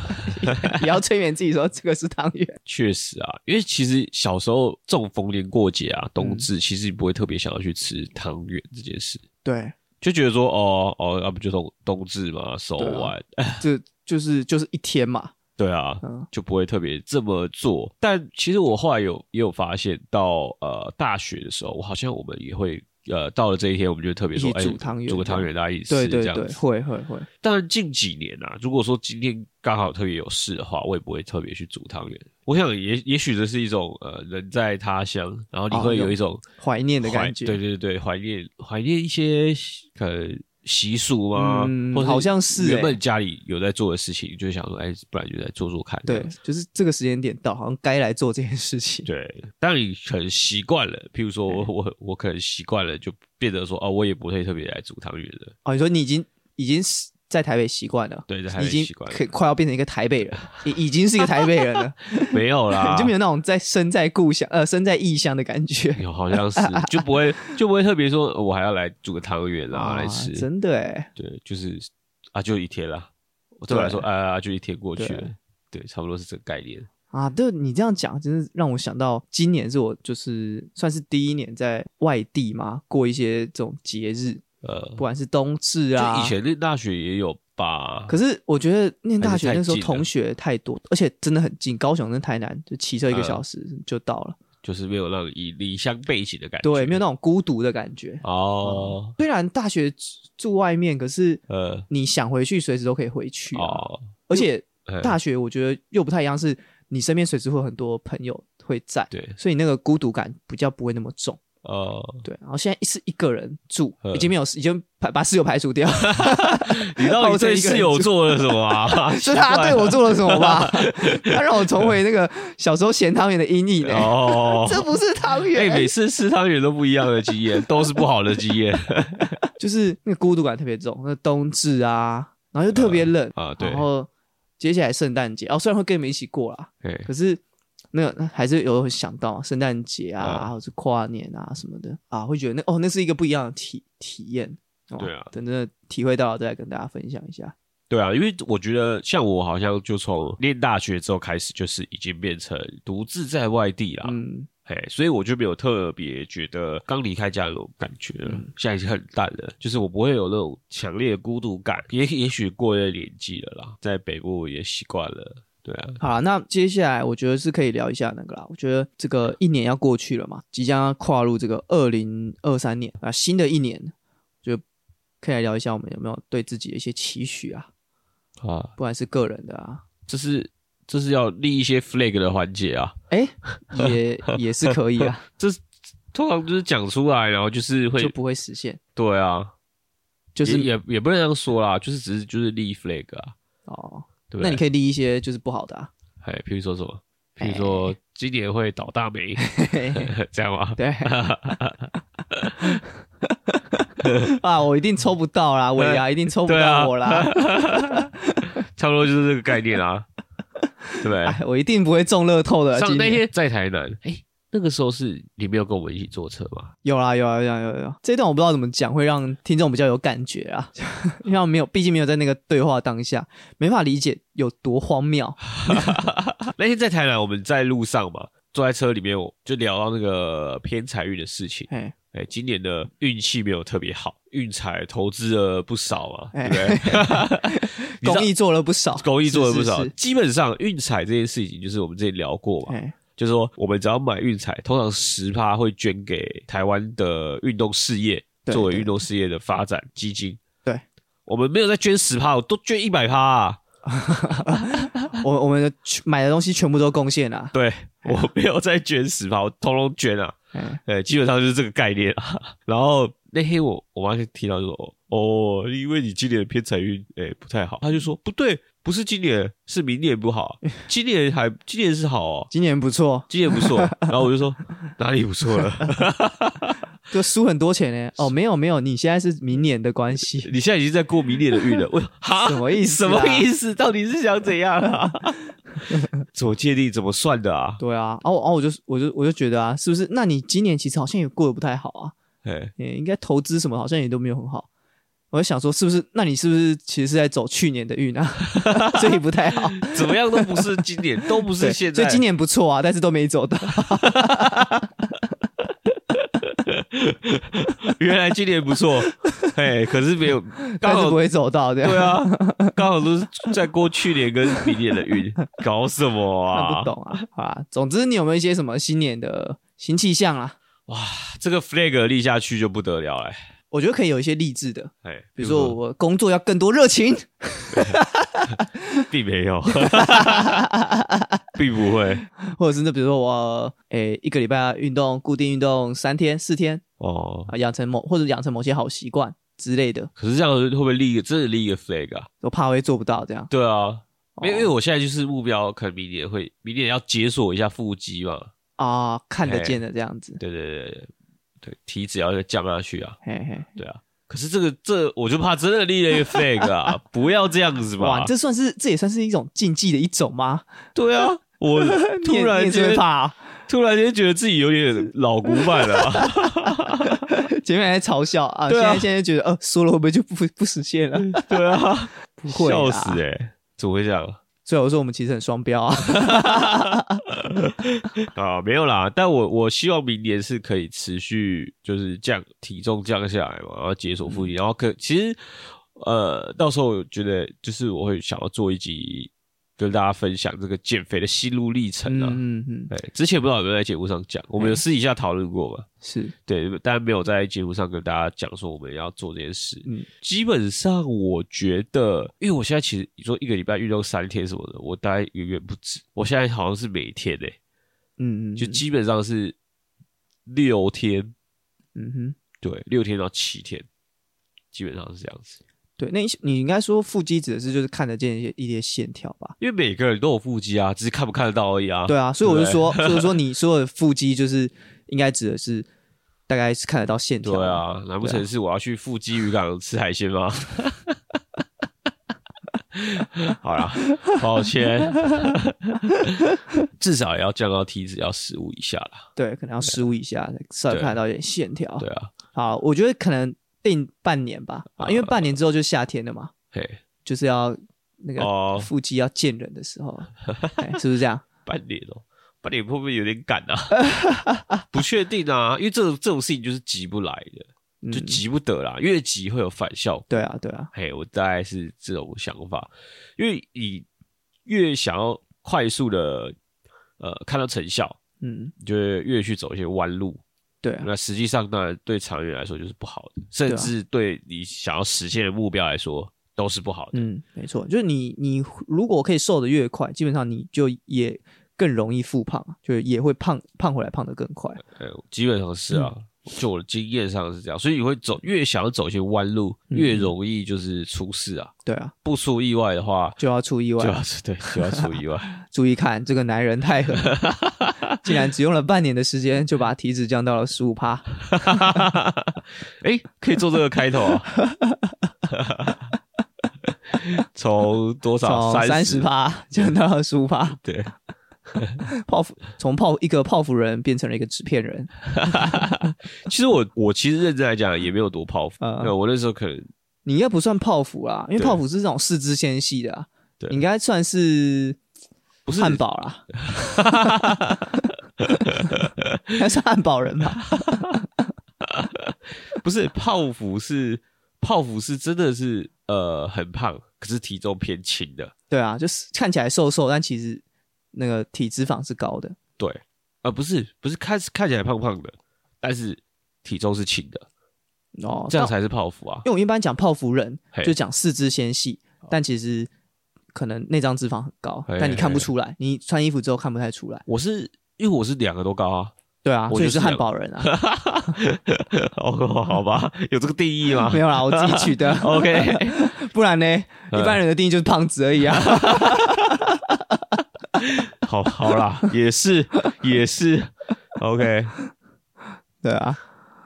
S1: 也要催眠自己说这个是汤圆。
S2: 确实啊，因为其实小时候这种逢年过节啊，
S1: 嗯
S2: 冬至，其实你不会特别想要去吃汤圆这件事，
S1: 对，
S2: 就觉得说哦哦，要、不就冬冬至嘛，手
S1: 对啊
S2: 腕，
S1: 这就是就是一天嘛，
S2: 对啊，
S1: 嗯
S2: 就不会特别这么做。但其实我后来有也有发现到，呃，大学的时候，我好像我们也会，呃，到了这一天，我们就特别说，
S1: 一起
S2: 哎，
S1: 煮汤圆
S2: 煮个汤圆，大家一起
S1: 对
S2: 吃
S1: 对
S2: 这样
S1: 对，
S2: 子。
S1: 会会会，
S2: 当然，近几年啊，如果说今天刚好特别有事的话，我也不会特别去煮汤圆。我想也也许这是一种呃人在他乡，然后你
S1: 哦
S2: 会有
S1: 有
S2: 一种
S1: 怀念的
S2: 怀
S1: 感觉，
S2: 对对对，怀念怀念一些可能习俗啊，
S1: 嗯
S2: 或者
S1: 好像是欸
S2: 原本家里有在做的事情，你就会想说，哎，不然就来做做看。这
S1: 对
S2: 样子
S1: 就是这个时间点到，好像该来做这件事情。
S2: 对，当你很习惯了，譬如说我我我可能习惯了，就变得说哦，我也不会特别来煮汤圆了。
S1: 哦，你说你已经已经是在台北习惯了，
S2: 对在台
S1: 已
S2: 北
S1: 经
S2: 习惯了
S1: 可快要变成一个台北人，已已经是一个台北人 了，
S2: 没有 啦，
S1: 你就没有那种在身在故乡呃身在异乡的感觉。
S2: 有好像 是就不会就不会特别说，呃我还要来煮个汤圆啊来吃。
S1: 哦真的哎，
S2: 对，就是啊，就一天啦。我对我来说，啊，就一天过去了。对，差不多是这个概念。
S1: 啊，对你这样讲，真是让我想到今年是我就是算是第一年在外地嘛，过一些这种节日，
S2: 呃
S1: 不，管是冬至啊，
S2: 就以前念大学也有吧。
S1: 可是我觉得念大学
S2: 还是太近
S1: 那时候
S2: 了
S1: 同学太多，而且真的很近，高雄跟台南就骑车
S2: 嗯
S1: 一个小时就到了，
S2: 就是没有让你以离乡背景的感觉。
S1: 对，没有那种孤独的感觉。
S2: 哦，
S1: 虽然大学住住外面，可是
S2: 呃，
S1: 你想回去随时都可以回去、嗯啊，
S2: 哦，
S1: 而且
S2: 嗯
S1: 大学我觉得又不太一样，是你身边随时会有很多朋友会在，
S2: 对
S1: 所以那个孤独感比较不会那么重。
S2: 呃，
S1: 对，然后现在是一个人住，
S2: 嗯
S1: 已经没有已经排把室友排除掉，
S2: 你到底
S1: 我这
S2: 对
S1: 一个人
S2: 哦室友做了什么 啊？
S1: 是他
S2: 奇怪
S1: 对我做了什么 吧？他让我重回那个小时候咸汤圆的阴影呢、，
S2: 哦
S1: 这不是汤
S2: 哎、
S1: 圆，
S2: 每次吃汤圆都不一样的经验，都是不好的经验
S1: 就是那个孤独感特别重，那冬至啊，然后又特别冷，
S2: 啊。对
S1: 然，后接下来圣诞节哦，虽然会跟你们一起过啦，
S2: 哎、
S1: 可是那个还是有想到圣诞节啊，
S2: 啊
S1: 或者跨年啊什么的啊，会觉得那哦，那是一个不一样的体体验。哦
S2: 对啊
S1: 等真的体会到了，再来跟大家分享一下。
S2: 对啊，因为我觉得像我好像就从念大学之后开始，就是已经变成独自在外地啦。
S1: 嗯，
S2: 哎、所以我就没有特别觉得刚离开家有感觉了，
S1: 嗯
S2: 现在已经很淡了，就是我不会有那种强烈的孤独感，也也许过了年纪了啦，在北部也习惯了，对啊，
S1: 好啦，那接下来我觉得是可以聊一下那个啦。我觉得这个一年要过去了嘛，即将要跨入这个二零二三年啊，新的一年，就可以来聊一下我们有没有对自己的一些期许啊，
S2: 啊，
S1: 不管是个人的啊，
S2: 这是这是要立一些 flag 的环节啊，
S1: 哎、也 也是可以啊，
S2: 通常就是讲出来，然后就是会
S1: 就不会实现，
S2: 对啊，
S1: 就
S2: 也
S1: 是
S2: 也也不能这样说啦，就是只是就是立 flag 啊，
S1: 哦，
S2: 对不对？
S1: 那你可以立一些就是不好的 啊，
S2: 哎，譬如说什么？譬如说今年会倒大霉， 这样吗？
S1: 对 啊，我一定抽不到啦，尾牙一定抽不
S2: 对啊
S1: 到我啦，
S2: 差不多就是这个概念 啊，对不对？啊
S1: 哎，我一定不会中乐透的。
S2: 上
S1: 今
S2: 那
S1: 年
S2: 天在台南，啊哎、那个时候是你没有跟我们一起坐车吗？
S1: 有啦有啊啦有啦有啦有啦，这一段我不知道怎么讲，会让听众比较有感觉啊， 因为他们没有，毕竟没有在那个对话当下，没法理解有多荒谬。
S2: 那天在台南，我们在路上嘛，坐在车里面，我就聊到那个偏财运的事情。
S1: 哎，
S2: 哎、今年的运气没有特别好，运财投资了不少嘛，
S1: 哎
S2: 对不对？你知道
S1: 公益做了不少，
S2: 公益做了不少，
S1: 是是是
S2: 基本上运彩这件事情，就是我们之前聊过嘛，
S1: 哎，
S2: 就是说我们只要买运彩，通常十趴会捐给台湾的运动事业，
S1: 对
S2: 作为
S1: 对
S2: 运动事业的发展基金。
S1: 对，
S2: 我们没有再捐十趴，我都捐一百趴啊。
S1: 我我们的买的东西全部都贡献啊了。
S2: 对，我没有再捐十趴，我通通捐啊。
S1: 哎，
S2: 呃，基本上就是这个概念啊。 然后那天我我妈就提到就说，哦，因为你今年的偏财运诶不太好，她就说不对，不是今年，是明年不好，啊今年还今年是好哦，
S1: 今年不错，
S2: 今年不 错。然后我就说哪里不错了？
S1: 就输很多钱呢。哦，没有没有，你现在是明年的关系，
S2: 你现在已经在过明年的运了，我说哈
S1: 什么意思
S2: 什
S1: 啊
S2: 么意思？到底是想怎 样啊？怎么界定？怎么算的啊？
S1: 对啊。哦哦，我就我就我就觉得啊，是不是？那你今年其实好像也过得不太好啊。
S2: 哎，
S1: 也应该投资什么好像也都没有很好。我就想说，是不是？那你是不是其实是在走去年的运啊？ 所以不太好。
S2: 怎么样都不是今 年，都不是
S1: 对
S2: 现在。
S1: 所以今 年不错啊，但是都没走到。
S2: 原来今年不 错，哎，可是没有，刚
S1: 但是
S2: 好
S1: 不会走到这样。
S2: 对 啊，刚好都是在过去年跟明年的 运，搞什么
S1: 看
S2: 啊？
S1: 不懂啊，好啦。总之，你有没有一些什么新年的新气象啊？
S2: 哇，这个 flag 立下去就不得了哎、
S1: 我觉得可以有一些励志的，
S2: 哎、
S1: 比如说我工作要更多热情，
S2: 并没 有，并不会
S1: 或者是那比如说我诶、一个礼拜运动固定运动三天四天
S2: 哦。
S1: 啊，养成某或者养成某些好习惯之类的，
S2: 可是这样会不会立一个真的立一个 flag 啊？
S1: 我怕我会做不到这样。
S2: 对啊，因为因为
S1: 哦
S2: 我现在就是目标，可能明年会明年要解锁一下腹肌嘛。
S1: 啊、看得
S2: 嘿
S1: 见的这样子，
S2: 对对对对对，体脂要再降下去啊。
S1: 嘿嘿。
S2: 对啊，可是这个这我就怕真的立了一个 flag 啊，不要这样子吧
S1: 哇，。这算是这也算是一种竞技的一种吗？
S2: 对啊，我
S1: 你也
S2: 突然
S1: 你也是
S2: 间
S1: 会怕、啊，
S2: 突然间觉得自己有点老古板了、啊，
S1: 前面还在嘲笑啊，
S2: 对啊
S1: 现在现在觉得呃，说了会不会就不不实现 了？
S2: 对啊，
S1: 不会
S2: 笑
S1: 啦
S2: 死哎、怎么会这样
S1: 所以我说我们其实很双标 啊，
S2: 啊？没有啦，但我我希望明年是可以持续就是降体重降下来嘛，然后解锁腹
S1: 嗯
S2: 肌，然后可其实呃到时候我觉得就是我会想要做一集跟大家分享这个减肥的心路历程啊。
S1: 嗯嗯嗯，
S2: 对，之前不知道有没有在节目上讲，我们有
S1: 哎
S2: 私底下讨论过嘛？
S1: 是
S2: 对，但没有在节目上跟大家讲说我们要做这件事。
S1: 嗯
S2: 基本上我觉得，因为我现在其实你说一个礼拜运动三天什么的，我大概远远不止。我现在欸好像是每天诶、
S1: 嗯嗯，
S2: 就
S1: 嗯
S2: 基本上是六天
S1: 嗯哼，
S2: 对，六天到七天，基本上是这样子。
S1: 对，那一些你应该说腹肌指的是就是看得见一些一些线条吧？
S2: 因为每个人都有腹肌啊，只是看不看得到而已啊。
S1: 对啊，所以我就
S2: 对
S1: 说，所以说 你说的腹肌就是应该指的是大概是看得到线条。
S2: 对，啊，难不成是我要去腹肌渔港吃海鲜吗？ 好啦，抱歉，至少也要降到体脂要十五以下啦。
S1: 对，可能要十五以下才稍微
S2: 对
S1: 看得到一点线条。
S2: 对啊，
S1: 好，我觉得可能定半年吧，啊因为半年之后就夏天了嘛，
S2: 嘿，
S1: 就是要那个
S2: 哦
S1: 腹肌要见人的时候， 哎是不是这样？
S2: 半年哦、半年会不会有点赶啊？ 不确定啊，因为这种这种事情就是急不来的，
S1: 嗯
S2: 就，急不得啦，越急会有反效果。
S1: 对啊，对啊，
S2: 嘿，我大概是这种想法，因为你越想要快速的呃看到成效，
S1: 嗯，
S2: 你就会越去走一些弯路。
S1: 对啊，
S2: 那实际上，当然对长远来说就是不好的，甚
S1: 对啊
S2: 至对你想要实现的目标来说都是不好的。
S1: 嗯，没错，就是你你如果可以瘦的越快，基本上你就也更容易复胖，就是也会胖胖回来胖的更快。
S2: 呃，基本上是
S1: 嗯
S2: 啊，就我的经验上是这样，所以你会走越想要走一些弯路，
S1: 嗯
S2: 越容易就是出事啊。
S1: 对啊，
S2: 不出意外的话，
S1: 就要出意
S2: 就
S1: 外
S2: 要， 对就要出意外。
S1: 注意看这个男人太狠了， 竟然只用了半年的时间就把体脂降到了十五趴。
S2: 哎、可以做这个开头 啊。从多少
S1: 从三十趴降到了十五趴，
S2: 对，
S1: 泡芙从泡一个泡芙人变成了一个纸片人，
S2: 其实我我其实认真来讲也没有多泡芙，
S1: 嗯
S2: 对我那时候可能
S1: 你应该不算泡芙啦，因为
S2: 对
S1: 泡芙是那种四肢纤细的、啊，
S2: 对
S1: 你应该算是
S2: 不是
S1: 汉堡啦，应该是汉堡人吧？
S2: 不是泡芙是泡芙是真的是呃很胖，可是体重偏轻的，
S1: 对啊，就是看起来瘦瘦，但其实那个体脂肪是高的。
S2: 对，呃不是不是看看起来胖胖的，但是体重是轻的，
S1: 哦，
S2: 这样
S1: 但
S2: 才是泡芙啊
S1: 因。为我一般讲泡芙人
S2: 嘿
S1: 就讲四肢纤细，但其实可能内脏脂肪很高，
S2: 嘿
S1: 但你看不出来，你穿衣服之后看不太出来。
S2: 我是因为我是两个都高啊，
S1: 对啊，
S2: 我
S1: 所以
S2: 就是是
S1: 汉堡人啊，
S2: 哦好吧，有这个定义吗。
S1: 没有啦，我自己取的
S2: ？OK，嗯
S1: 不然呢？一般人的定义就是胖子而已啊。
S2: 好好啦，也是也是 OK，
S1: 对啊，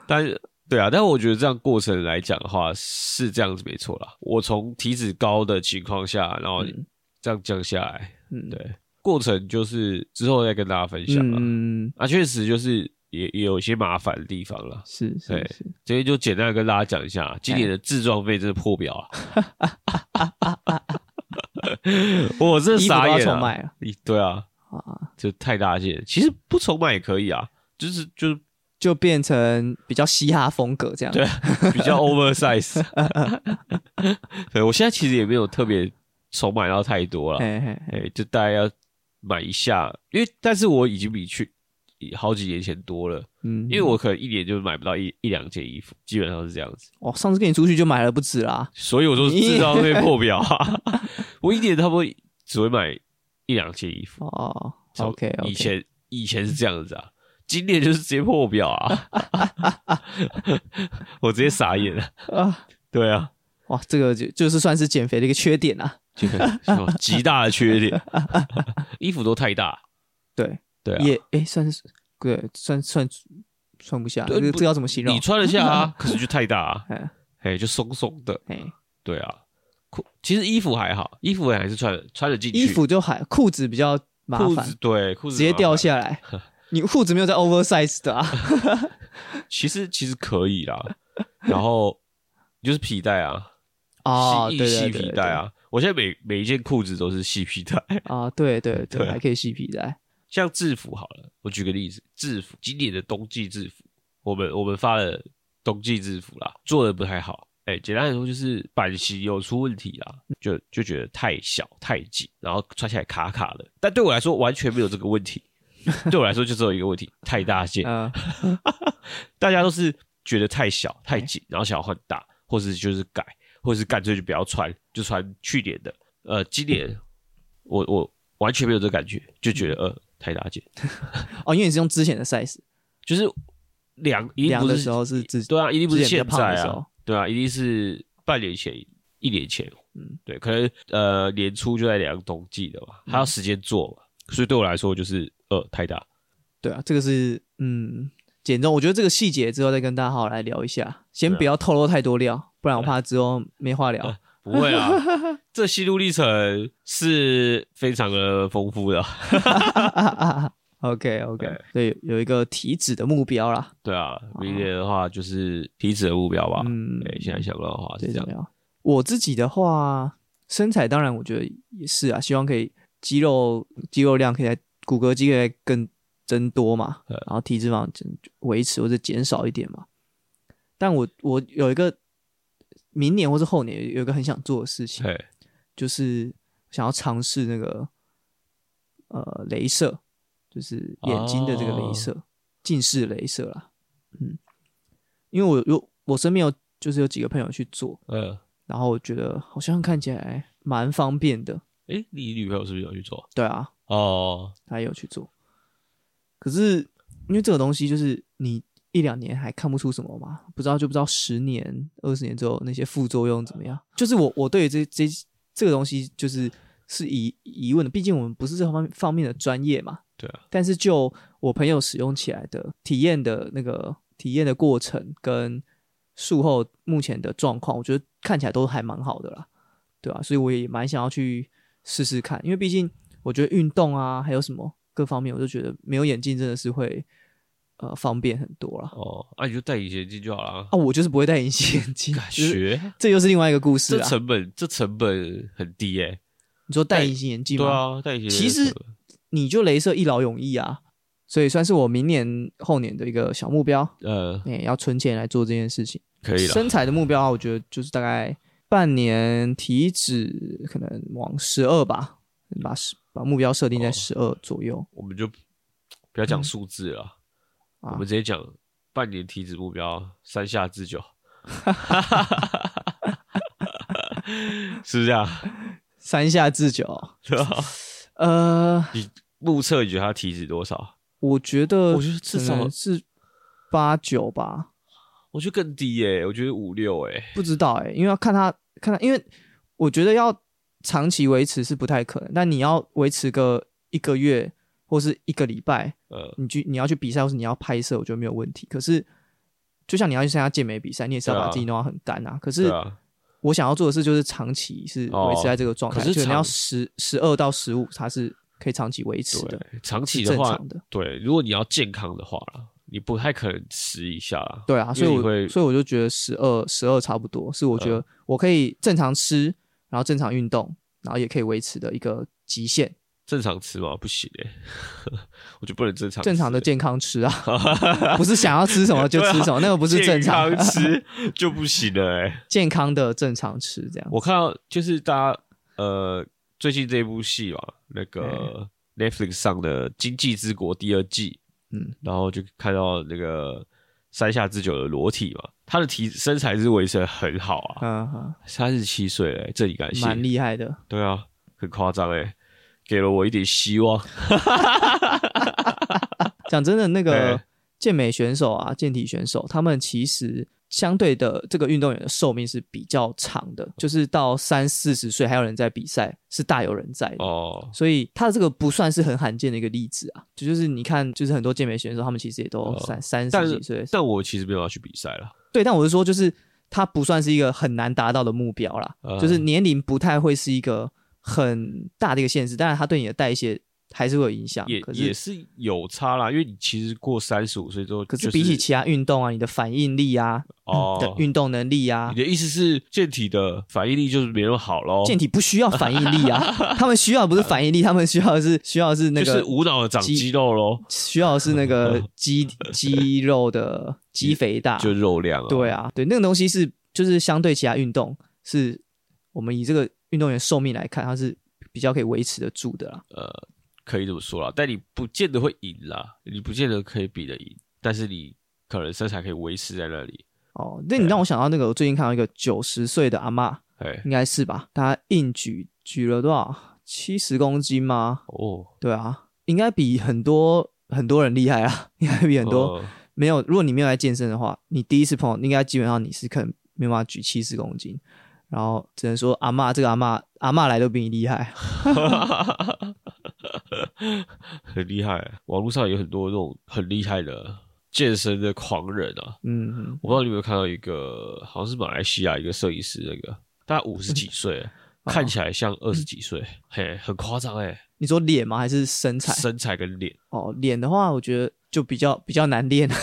S2: 但是对啊，但我觉得这样过程来讲的话是这样子没错啦。我从体脂高的情况下，然后
S1: 嗯
S2: 这样降下来，
S1: 嗯，
S2: 对，过程就是之后再跟大家分享了。
S1: 嗯，
S2: 啊，确实就是也也有一些麻烦的地方啦。
S1: 是是
S2: 对
S1: 是，
S2: 这边就简单地跟大家讲一下，今年的自装费真的破表啊！ 我这
S1: 哎衣服
S2: 傻
S1: 都要
S2: 眼
S1: 重
S2: 啊！
S1: 卖了
S2: 你对啊，
S1: 啊，
S2: 就太大件，其实不重买也可以啊，就是就是
S1: 就变成比较嘻哈风格这样。
S2: 对啊比较 oversize。对我现在其实也没有特别重买到太多了，哎、
S1: 嘿嘿嘿，
S2: 就大概要买一下，因为但是我已经比去好几年前多了，
S1: 嗯，
S2: 因为我可能一年就买不到一一两件衣服，基本上是这样子，
S1: 我哦上次跟你出去就买了不止啦。
S2: 所以我说制造费破表啊， 我一年差不多只会买一两件衣服。
S1: 哦，OK
S2: 以
S1: OK，
S2: 前以前是这样子啊，今年就是直接破表啊， 我直接傻眼了。
S1: 啊，
S2: 对啊，
S1: 哇，这个就就是算是减肥的一个缺点啊。
S2: 这个是吧极大的缺点，衣服都太大。
S1: 对，
S2: 对啊，
S1: 也诶，算是对，算算算不下，
S2: 对
S1: 这个
S2: 不
S1: 这个要怎么形容
S2: 你？穿得下 啊，可是就太大啊
S1: 嗯，
S2: 哎，就松松的。
S1: 哎，
S2: 对啊，裤其实衣服还好，衣服还是穿得穿得进去。
S1: 衣服就还裤子比较麻
S2: 裤
S1: 烦
S2: 子，对裤
S1: 直
S2: 子
S1: 接
S2: 麻
S1: 掉
S2: 烦。
S1: 下 来。你裤子没有在 oversize 的啊？
S2: 其实其实可以啦，然后就是皮带啊，
S1: 哦，
S2: 细
S1: 对
S2: 一
S1: 对
S2: 细
S1: 对对
S2: 皮带啊。我现在每每一件裤子都是细皮带。
S1: 啊，对对对，
S2: 对啊
S1: 还可以系皮带。
S2: 像制服好了，我举个例子，制服今年的冬季制服，我们我们发了冬季制服啦，做的不太好。哎、简单来说就是版型有出问题啦，就就觉得太小太紧，然后穿起来卡卡的。但对我来说完全没有这个问题，对我来说就只有一个问题，太大件。
S1: 嗯，
S2: 大家都是觉得太小太紧，然后想要换大，或是就是改，或是干脆就不要穿，就穿去年的。呃，今年我我完全没有这个感觉，就觉得呃太大件。
S1: 哦，因为你是用之前的 size。
S2: 就是凉一定
S1: 凉
S2: 不
S1: 的
S2: 是
S1: 时候是自
S2: 对啊，一定不是
S1: 之前
S2: 现
S1: 比较胖的
S2: 在
S1: 时
S2: 啊
S1: 候，
S2: 对啊，一定是半年前、一年前，
S1: 嗯嗯
S2: 嗯，对，可能呃年初就在量冬季的吧，还要时间做嘛，所以对我来说就是呃 太大，
S1: 对啊，这个是嗯减重，我觉得这个细节之后再跟大家好好来聊一下，先
S2: 对啊
S1: 不要透露太多料，不然我怕之后没话 聊。
S2: 不会啊，这心路历程是非常的丰富的，
S1: OK OK，对，有一个体脂的目标啦，
S2: 对啊，明年的话就是体脂的目标吧，
S1: 嗯，
S2: 对，现在想到的话是
S1: 最
S2: 这
S1: 重
S2: 样，
S1: 要。我自己的话，身材当然我觉得也是啊，希望可以肌肉肌肉量可以在骨骼肌可以再更增多嘛，
S2: 对
S1: 然后体脂肪增维持或者减少一点嘛。但我我有一个明年或是后年有一个很想做的事情，
S2: 对，
S1: 就是想要尝试那个呃镭射，就是眼睛的这个
S2: 哦
S1: 镭射，近视镭射啦。嗯，因为我有我身边有就是有几个朋友去做，
S2: 呃，
S1: 然后我觉得好像看起来蛮方便的。
S2: 诶，你女朋友是不是有去做？
S1: 对啊，
S2: 哦，
S1: 他也有去做，可是因为这个东西就是你一两年还看不出什么嘛，不知道就不知道十年、二十年之后那些副作用怎么样。就是我我对于这这这个东西就是是疑疑问的，毕竟我们不是这方面方面的专业嘛。
S2: 对啊，
S1: 但是就我朋友使用起来的体验的那个体验的过程跟术后目前的状况，我觉得看起来都还蛮好的啦，对啊，所以我也蛮想要去试试看，因为毕竟我觉得运动啊，还有什么各方面，我就觉得没有眼镜真的是会呃方便很多啦。
S2: 哦，那、你就戴隐形眼镜就好了。
S1: 啊，我就是不会戴隐形眼镜，就是
S2: 学，
S1: 这又是啊另外一个故事
S2: 这
S1: 啦。
S2: 成本这成本很低耶、
S1: 你说戴隐形眼镜吗？
S2: 对啊，戴隐形
S1: 其
S2: 眼镜
S1: 实
S2: 成本
S1: 你就镭射一劳永逸啊，所以算是我明年后年的一个小目标。
S2: 呃
S1: 也、要存钱来做这件事情。
S2: 可以了，
S1: 身材的目标啊，我觉得就是大概半年体脂可能往十二吧，把十把目标设定在
S2: 哦
S1: 十二左右、
S2: 我们就不要讲数字了啊，
S1: 嗯啊
S2: 我们直接讲半年体脂目标三下 之久，是不是啊？
S1: 三下至 九。
S2: 对啊，
S1: 呃，
S2: 目测你觉得他体脂多少？
S1: 我觉得
S2: 我觉得至少
S1: 呃可能是八九吧，
S2: 我觉得更低耶、我觉得五六哎，
S1: 不知道哎、因为要看他看他，因为我觉得要长期维持是不太可能，但你要维持个一个月或是一个礼拜，
S2: 呃，
S1: 你去你要去比赛或是你要拍摄，我觉得没有问题。可是，就像你要去参加健美比赛，你也是要
S2: 对啊
S1: 把自己弄到很干啊。可是
S2: 对啊，
S1: 我想要做的事就是长期是维持在这个状态，
S2: 可是
S1: 就你要
S2: 长
S1: 十十二到十五，它是可以长期维持的，
S2: 对，长期
S1: 是
S2: 的
S1: 正
S2: 话，
S1: 常的。
S2: 对，如果你要健康的话啦，你不太可能吃一下啦。
S1: 对啊，所以
S2: 因为
S1: 我
S2: 你会嗯
S1: 所以我就觉得十二十二差不多，是我觉得我可以正常吃，然后正常运动，然后也可以维持的一个极限。
S2: 正常吃吗？不行哎、 我就不能正常吃
S1: 正常的健康 吃啊，不是想要吃什么就吃什么，那个不是正常
S2: 健康 吃就不行了哎、
S1: 健康的正常吃这样。
S2: 我看到就是大家呃最近这部戏嘛，那个 Netflix 上的《经济之国》第二季，
S1: 哎嗯，
S2: 然后就看到那个山下智久的裸体嘛，他的体身材是维持得很好啊，
S1: 嗯嗯，
S2: 三十七岁了欸、这里感谢，
S1: 蛮厉害的。
S2: 对啊，很夸张哎，给了我一点希望，
S1: 讲真 的，那个
S2: 哎
S1: 健美选手啊，健体选手，他们其实相对的这个运动员的寿命是比较长的，就是到三四十岁还有人在比赛，是大有人在的。
S2: 哦，
S1: 所以他这个不算是很罕见的一个例子啊，就就是你看，就是很多健美选手，他们其实也都
S2: 哦
S1: 三、三
S2: 但
S1: 十
S2: 是
S1: 几岁，
S2: 但我其实没有要去比赛了，
S1: 对。但我是说，就是他不算是一个很难达到的目标啦，
S2: 嗯
S1: 就是年龄不太会是一个很大的一个限制，当然他对你的代谢还是会有影响，
S2: 也
S1: 啊可是
S2: 也是有差啦，因为你其实过三十五岁之后、
S1: 可
S2: 就是
S1: 比起其他运动啊，你的反应力啊，
S2: 哦
S1: 的运动能力啊
S2: 你，的意思是健体的反应力就是没那么好咯，
S1: 健体不需要反应力 啊，他们需要的不是反应力，他们需要的是需要的是那
S2: 就是
S1: 个
S2: 无脑的长肌肉咯，
S1: 需要的是那 个肌肌肉的肌肥大，
S2: 就肉量啊。
S1: 对啊，对那个东西是就是相对其他运动，是我们以这个运动员寿命来看，它是比较可以维持得住的啦。
S2: 可以这么说啦，但你不见得会赢啦，你不见得可以比得赢，但是你可能身材可以维持在那里。
S1: 哦，那你让我想到那个，我最近看到一个九十岁的阿嬷，
S2: 哎，
S1: 应该是吧？她硬举举了多少？七十公斤吗？
S2: 哦，
S1: 对啊，应该比很多很多人厉害啊，应该比很多
S2: 呃
S1: 没有，如果你没有在健身的话，你第一次碰，应该基本上你是可能没有办法举七十公斤，然后只能说阿嬷这个阿嬷阿嬷来都比你厉害。
S2: 很厉害。啊网络上有很多那种很厉害的健身的狂人啊，
S1: 嗯，
S2: 我不知道你有没有看到一个，好像是马来西亚一个摄影师，那个大概五十几
S1: 嗯
S2: 岁， 看起来像二十几岁，嘿，很夸张哎，
S1: 你说脸吗？还是身材？
S2: 身材跟脸，
S1: 哦，脸的话，我觉得就比较比较难练。啊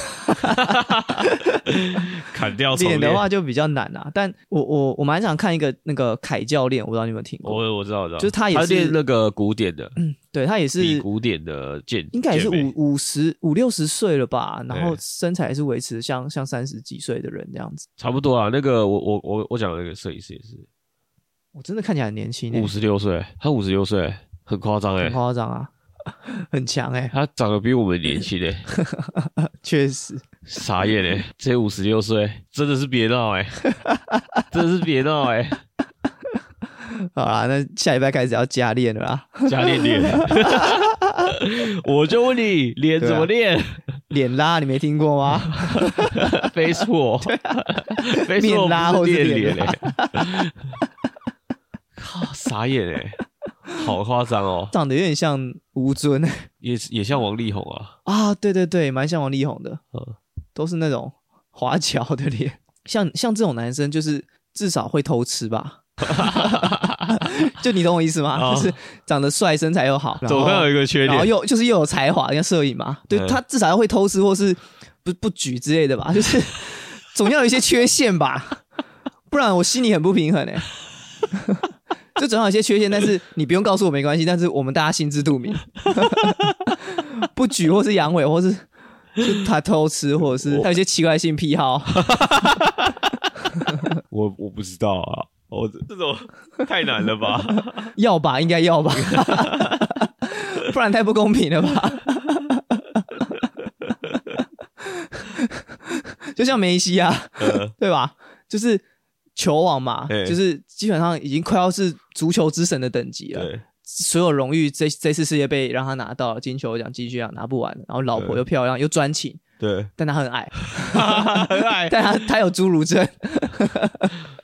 S2: 砍掉重
S1: 脸的话就比较难啊。但我我我蛮想看一个那个凯教练，我不知道你有没有听过，
S2: 我我知道，我知道，
S1: 就是他也是
S2: 练那个古典的，
S1: 对他也
S2: 比
S1: 是
S2: 古典的健，
S1: 应该也是
S2: 健美
S1: 五五十五六十岁了吧，然后
S2: 对
S1: 身材也是维持像像三十几岁的人这样子。
S2: 差不多啊。那个我我我我讲的那个摄影师也是
S1: 我真的看起来很年轻、欸，
S2: 五十六岁，他五十六岁，很夸张哎
S1: 很，夸张啊， 很强哎、
S2: 他长得比我们年轻哎，
S1: 确实。
S2: 傻眼 哎，这五十六岁真的是别闹哎，真的是别闹哎，
S1: 好啦，那下礼拜开始要加练了啦，
S2: 加练练。我就问你，练怎么练？
S1: 脸拉你没听过吗？
S2: 非错，非错，
S1: 啊面拉
S2: 不
S1: 或是
S2: 是练
S1: 脸啊
S2: 脸哎。靠，傻眼哎，好夸张哦，
S1: 长得有点像吴尊
S2: 也也像王力宏啊，
S1: 啊，对对对，蛮像王力宏的，
S2: 嗯
S1: 都是那种华侨的脸。像像这种男生，就是至少会偷吃吧。 就你懂我意思吗？
S2: 哦
S1: 就是长得帅，身材又好，然后
S2: 总会有一个缺
S1: 然后
S2: 点。
S1: 又就是又有才华，像摄影嘛，对
S2: 嗯
S1: 他至少要会偷吃或是不不举之类的吧，就是 总要有一些缺陷吧， 不然我心里很不平衡 哎、这总要有一些缺陷，但是你不用告诉我没关系，但是我们大家心知肚明， 不举或是阳痿或是。就他偷吃，或者是他有一些奇怪性癖好，
S2: 我我不知道啊，我这种太难了 吧？
S1: 要吧，应该要 吧，不然太不公平了吧？就像梅西啊，
S2: 呃
S1: 对吧？就是球王嘛，
S2: 对
S1: 就是基本上已经快要是足球之神的等级了。
S2: 对，
S1: 所有荣誉这这次世界杯让他拿到了金球奖、金靴奖拿不完，然后老婆
S2: 对
S1: 又漂亮又专情，
S2: 对，
S1: 但他很矮，
S2: 很矮，
S1: 但他他有侏儒症，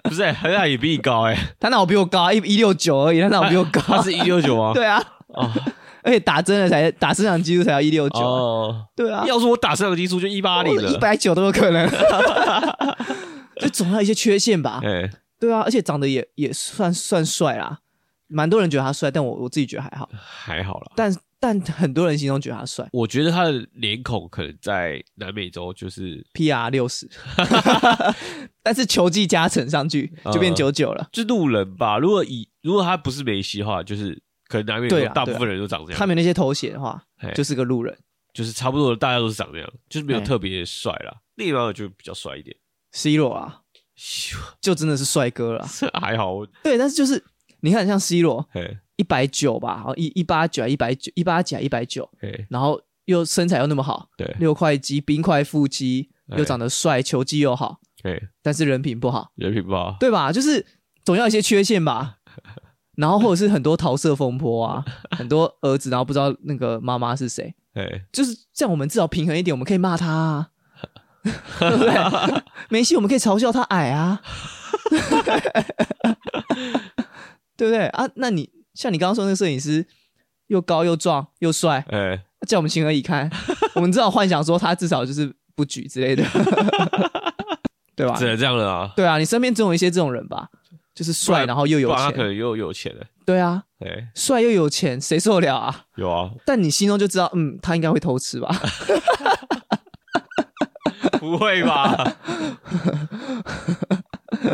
S2: 不是、很矮也比你高哎、
S1: 他脑比我高啊，一一六九而已，他脑比我高，
S2: 他是一六九 吗？
S1: 对啊，
S2: 啊，
S1: 而且打针了才打生长激素才要一六九，
S2: 哦，
S1: 对啊，哦
S2: 要是我打摄像机出就一八零了，
S1: 一百九都有可 能， 就总要有一些缺陷吧。
S2: 哎、
S1: 对啊，而且长得也也算算帅啦，蛮多人觉得他帅，但我我自己觉得还好。
S2: 还好啦。
S1: 但但很多人心中觉得他帅
S2: 我觉得他的脸孔可能在南美洲就是
S1: ，PR 六 十，但是球技加成上去就变
S2: 嗯
S1: 九九了。
S2: 就路人吧。如果以如果他不是梅西的话，就是可能南美洲
S1: 对啊
S2: 大部分人都长这
S1: 他
S2: 样，
S1: 们那些头衔的话
S2: 嘿，
S1: 就是个路人。
S2: 就是差不多大家都是长这样，就是没有
S1: 哎
S2: 特别帅啦。内马尔就比较帅一点，
S1: C 罗啊，就真的是帅哥了啊。
S2: 这还好。我
S1: 对，但是就是你看，像 C 罗
S2: 嘿，
S1: 一百九吧，好一一八九、一百九、一八几、一百九，
S2: 嘿，
S1: 然后又身材又那么好，
S2: 对，
S1: 六块肌、冰块腹肌，又
S2: 哎
S1: 长得帅，球技又好，
S2: 嘿，
S1: 但是人品不好。
S2: 人品不好，
S1: 对吧？就是总要有一些缺陷吧。然后或者是很多桃色风波啊，很多儿子然后不知道那个妈妈是谁，
S2: 嘿，
S1: 就是这样。我们至少平衡一点，我们可以骂他、啊， 对不对？梅西我们可以嘲笑他矮啊， 对不对啊？那你像你刚刚说那个摄影师，又高又壮又帅，
S2: 哎，
S1: 叫我们情何以 堪？我们至少幻想说他至少就是不举之类的，对吧？
S2: 只能这样了啊。
S1: 对啊，你身边总有一些这种人吧，就是帅然后又有
S2: 不然他可
S1: 钱，
S2: 能又有钱了。
S1: 对啊，
S2: 哎，
S1: 帅又有钱，谁受得了啊？
S2: 有啊，
S1: 但你心中就知道，嗯，他应该会偷吃 吧？
S2: 不会吧？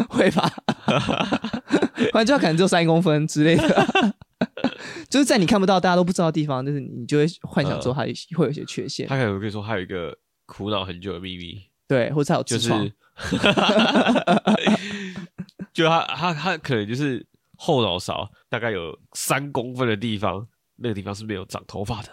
S1: 会 吧？反正就他可能只有三公分之类的， 就是在你看不到、大家都不知道的地方，就是你就会幻想
S2: 嗯
S1: 说他会有一些缺陷，
S2: 他可能跟你说还有一个苦恼很久的秘密，
S1: 对，或者他有
S2: 就
S1: 痔
S2: 是
S1: 疮，，
S2: 就他他他可能就是后脑勺大概有三公分的地方，那个地方是没有长头发的。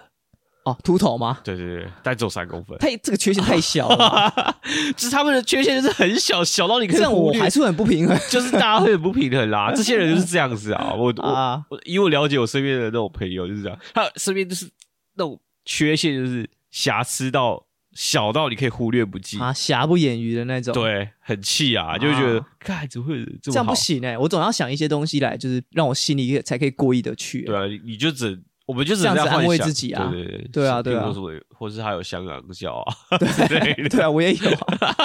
S1: 哦，秃头吗？
S2: 对对对，但只有三公分，
S1: 他这个缺陷太小了吧，
S2: 就是他们的缺陷就是很小，小到你可以
S1: 这样
S2: 忽
S1: 我
S2: 略
S1: 还是会很不平衡
S2: 就是大家会很不平衡啦。这些人就是这样子 啊，我我
S1: 啊。
S2: 我以我了解我身边的那种朋友就是这样，他身边就是那种缺陷就是瑕疵到小到你可以忽略不计，
S1: 啊，瑕不掩瑜的那种。，
S2: 对，很气啊，就会觉得
S1: 啊，
S2: 看怎么会有人这
S1: 这
S2: 么
S1: 样
S2: 好
S1: 不？行哎、我总要想一些东西来，就是让我心里才可以过意的去、欸
S2: 对啊，你你就只我们就只
S1: 这样
S2: 能
S1: 子
S2: 样幻
S1: 安慰
S2: 想
S1: 自己啊
S2: 对对对，
S1: 对啊对啊
S2: 苹果树或是还有香港脚啊 之类的，
S1: 对啊，我也有啊，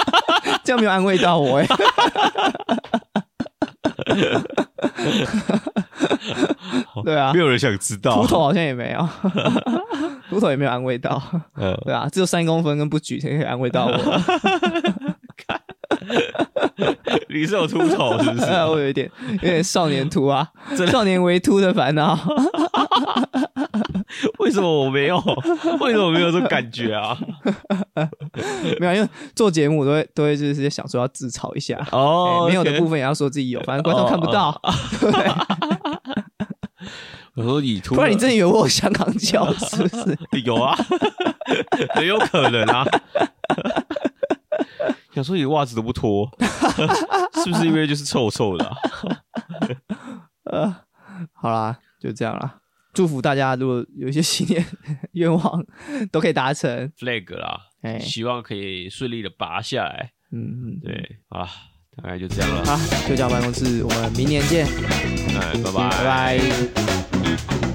S1: 这样没有安慰到我 哎、对啊
S2: 没，有人想知道
S1: 秃。头好像也没有， 秃头也没有安慰 到，
S2: 嗯，
S1: 对啊，只有三公分跟不举才可以安慰到我，
S2: 你是有秃头 是不啊是？
S1: 呃我有一点有点少年秃啊，少年为秃的烦恼，
S2: 为什么我没有？为什么我没有这种感觉啊？
S1: 没有，因为做节目我都会都会就是想说要自嘲一下。
S2: 哦
S1: 哎，没有的
S2: OK 哦
S1: 部分也要说自己有，反正观众看不到。
S2: 我说你秃了，
S1: 不然你真的以为我有香港脚是不是？
S2: 有啊， 很有可能 啊。想说你袜子都不脱， 是不是因为就是臭臭的啊、
S1: 呃， 好啦，就这样啦。祝福大家，如果有一些新年愿望都可以达成。
S2: flag 啦？
S1: 哎、
S2: 希望可以顺利的拔下来。
S1: 嗯嗯，
S2: 对啊，大概就这样了。
S1: 好，就这样，办公室，我们明年见，
S2: 哎，拜
S1: 拜拜。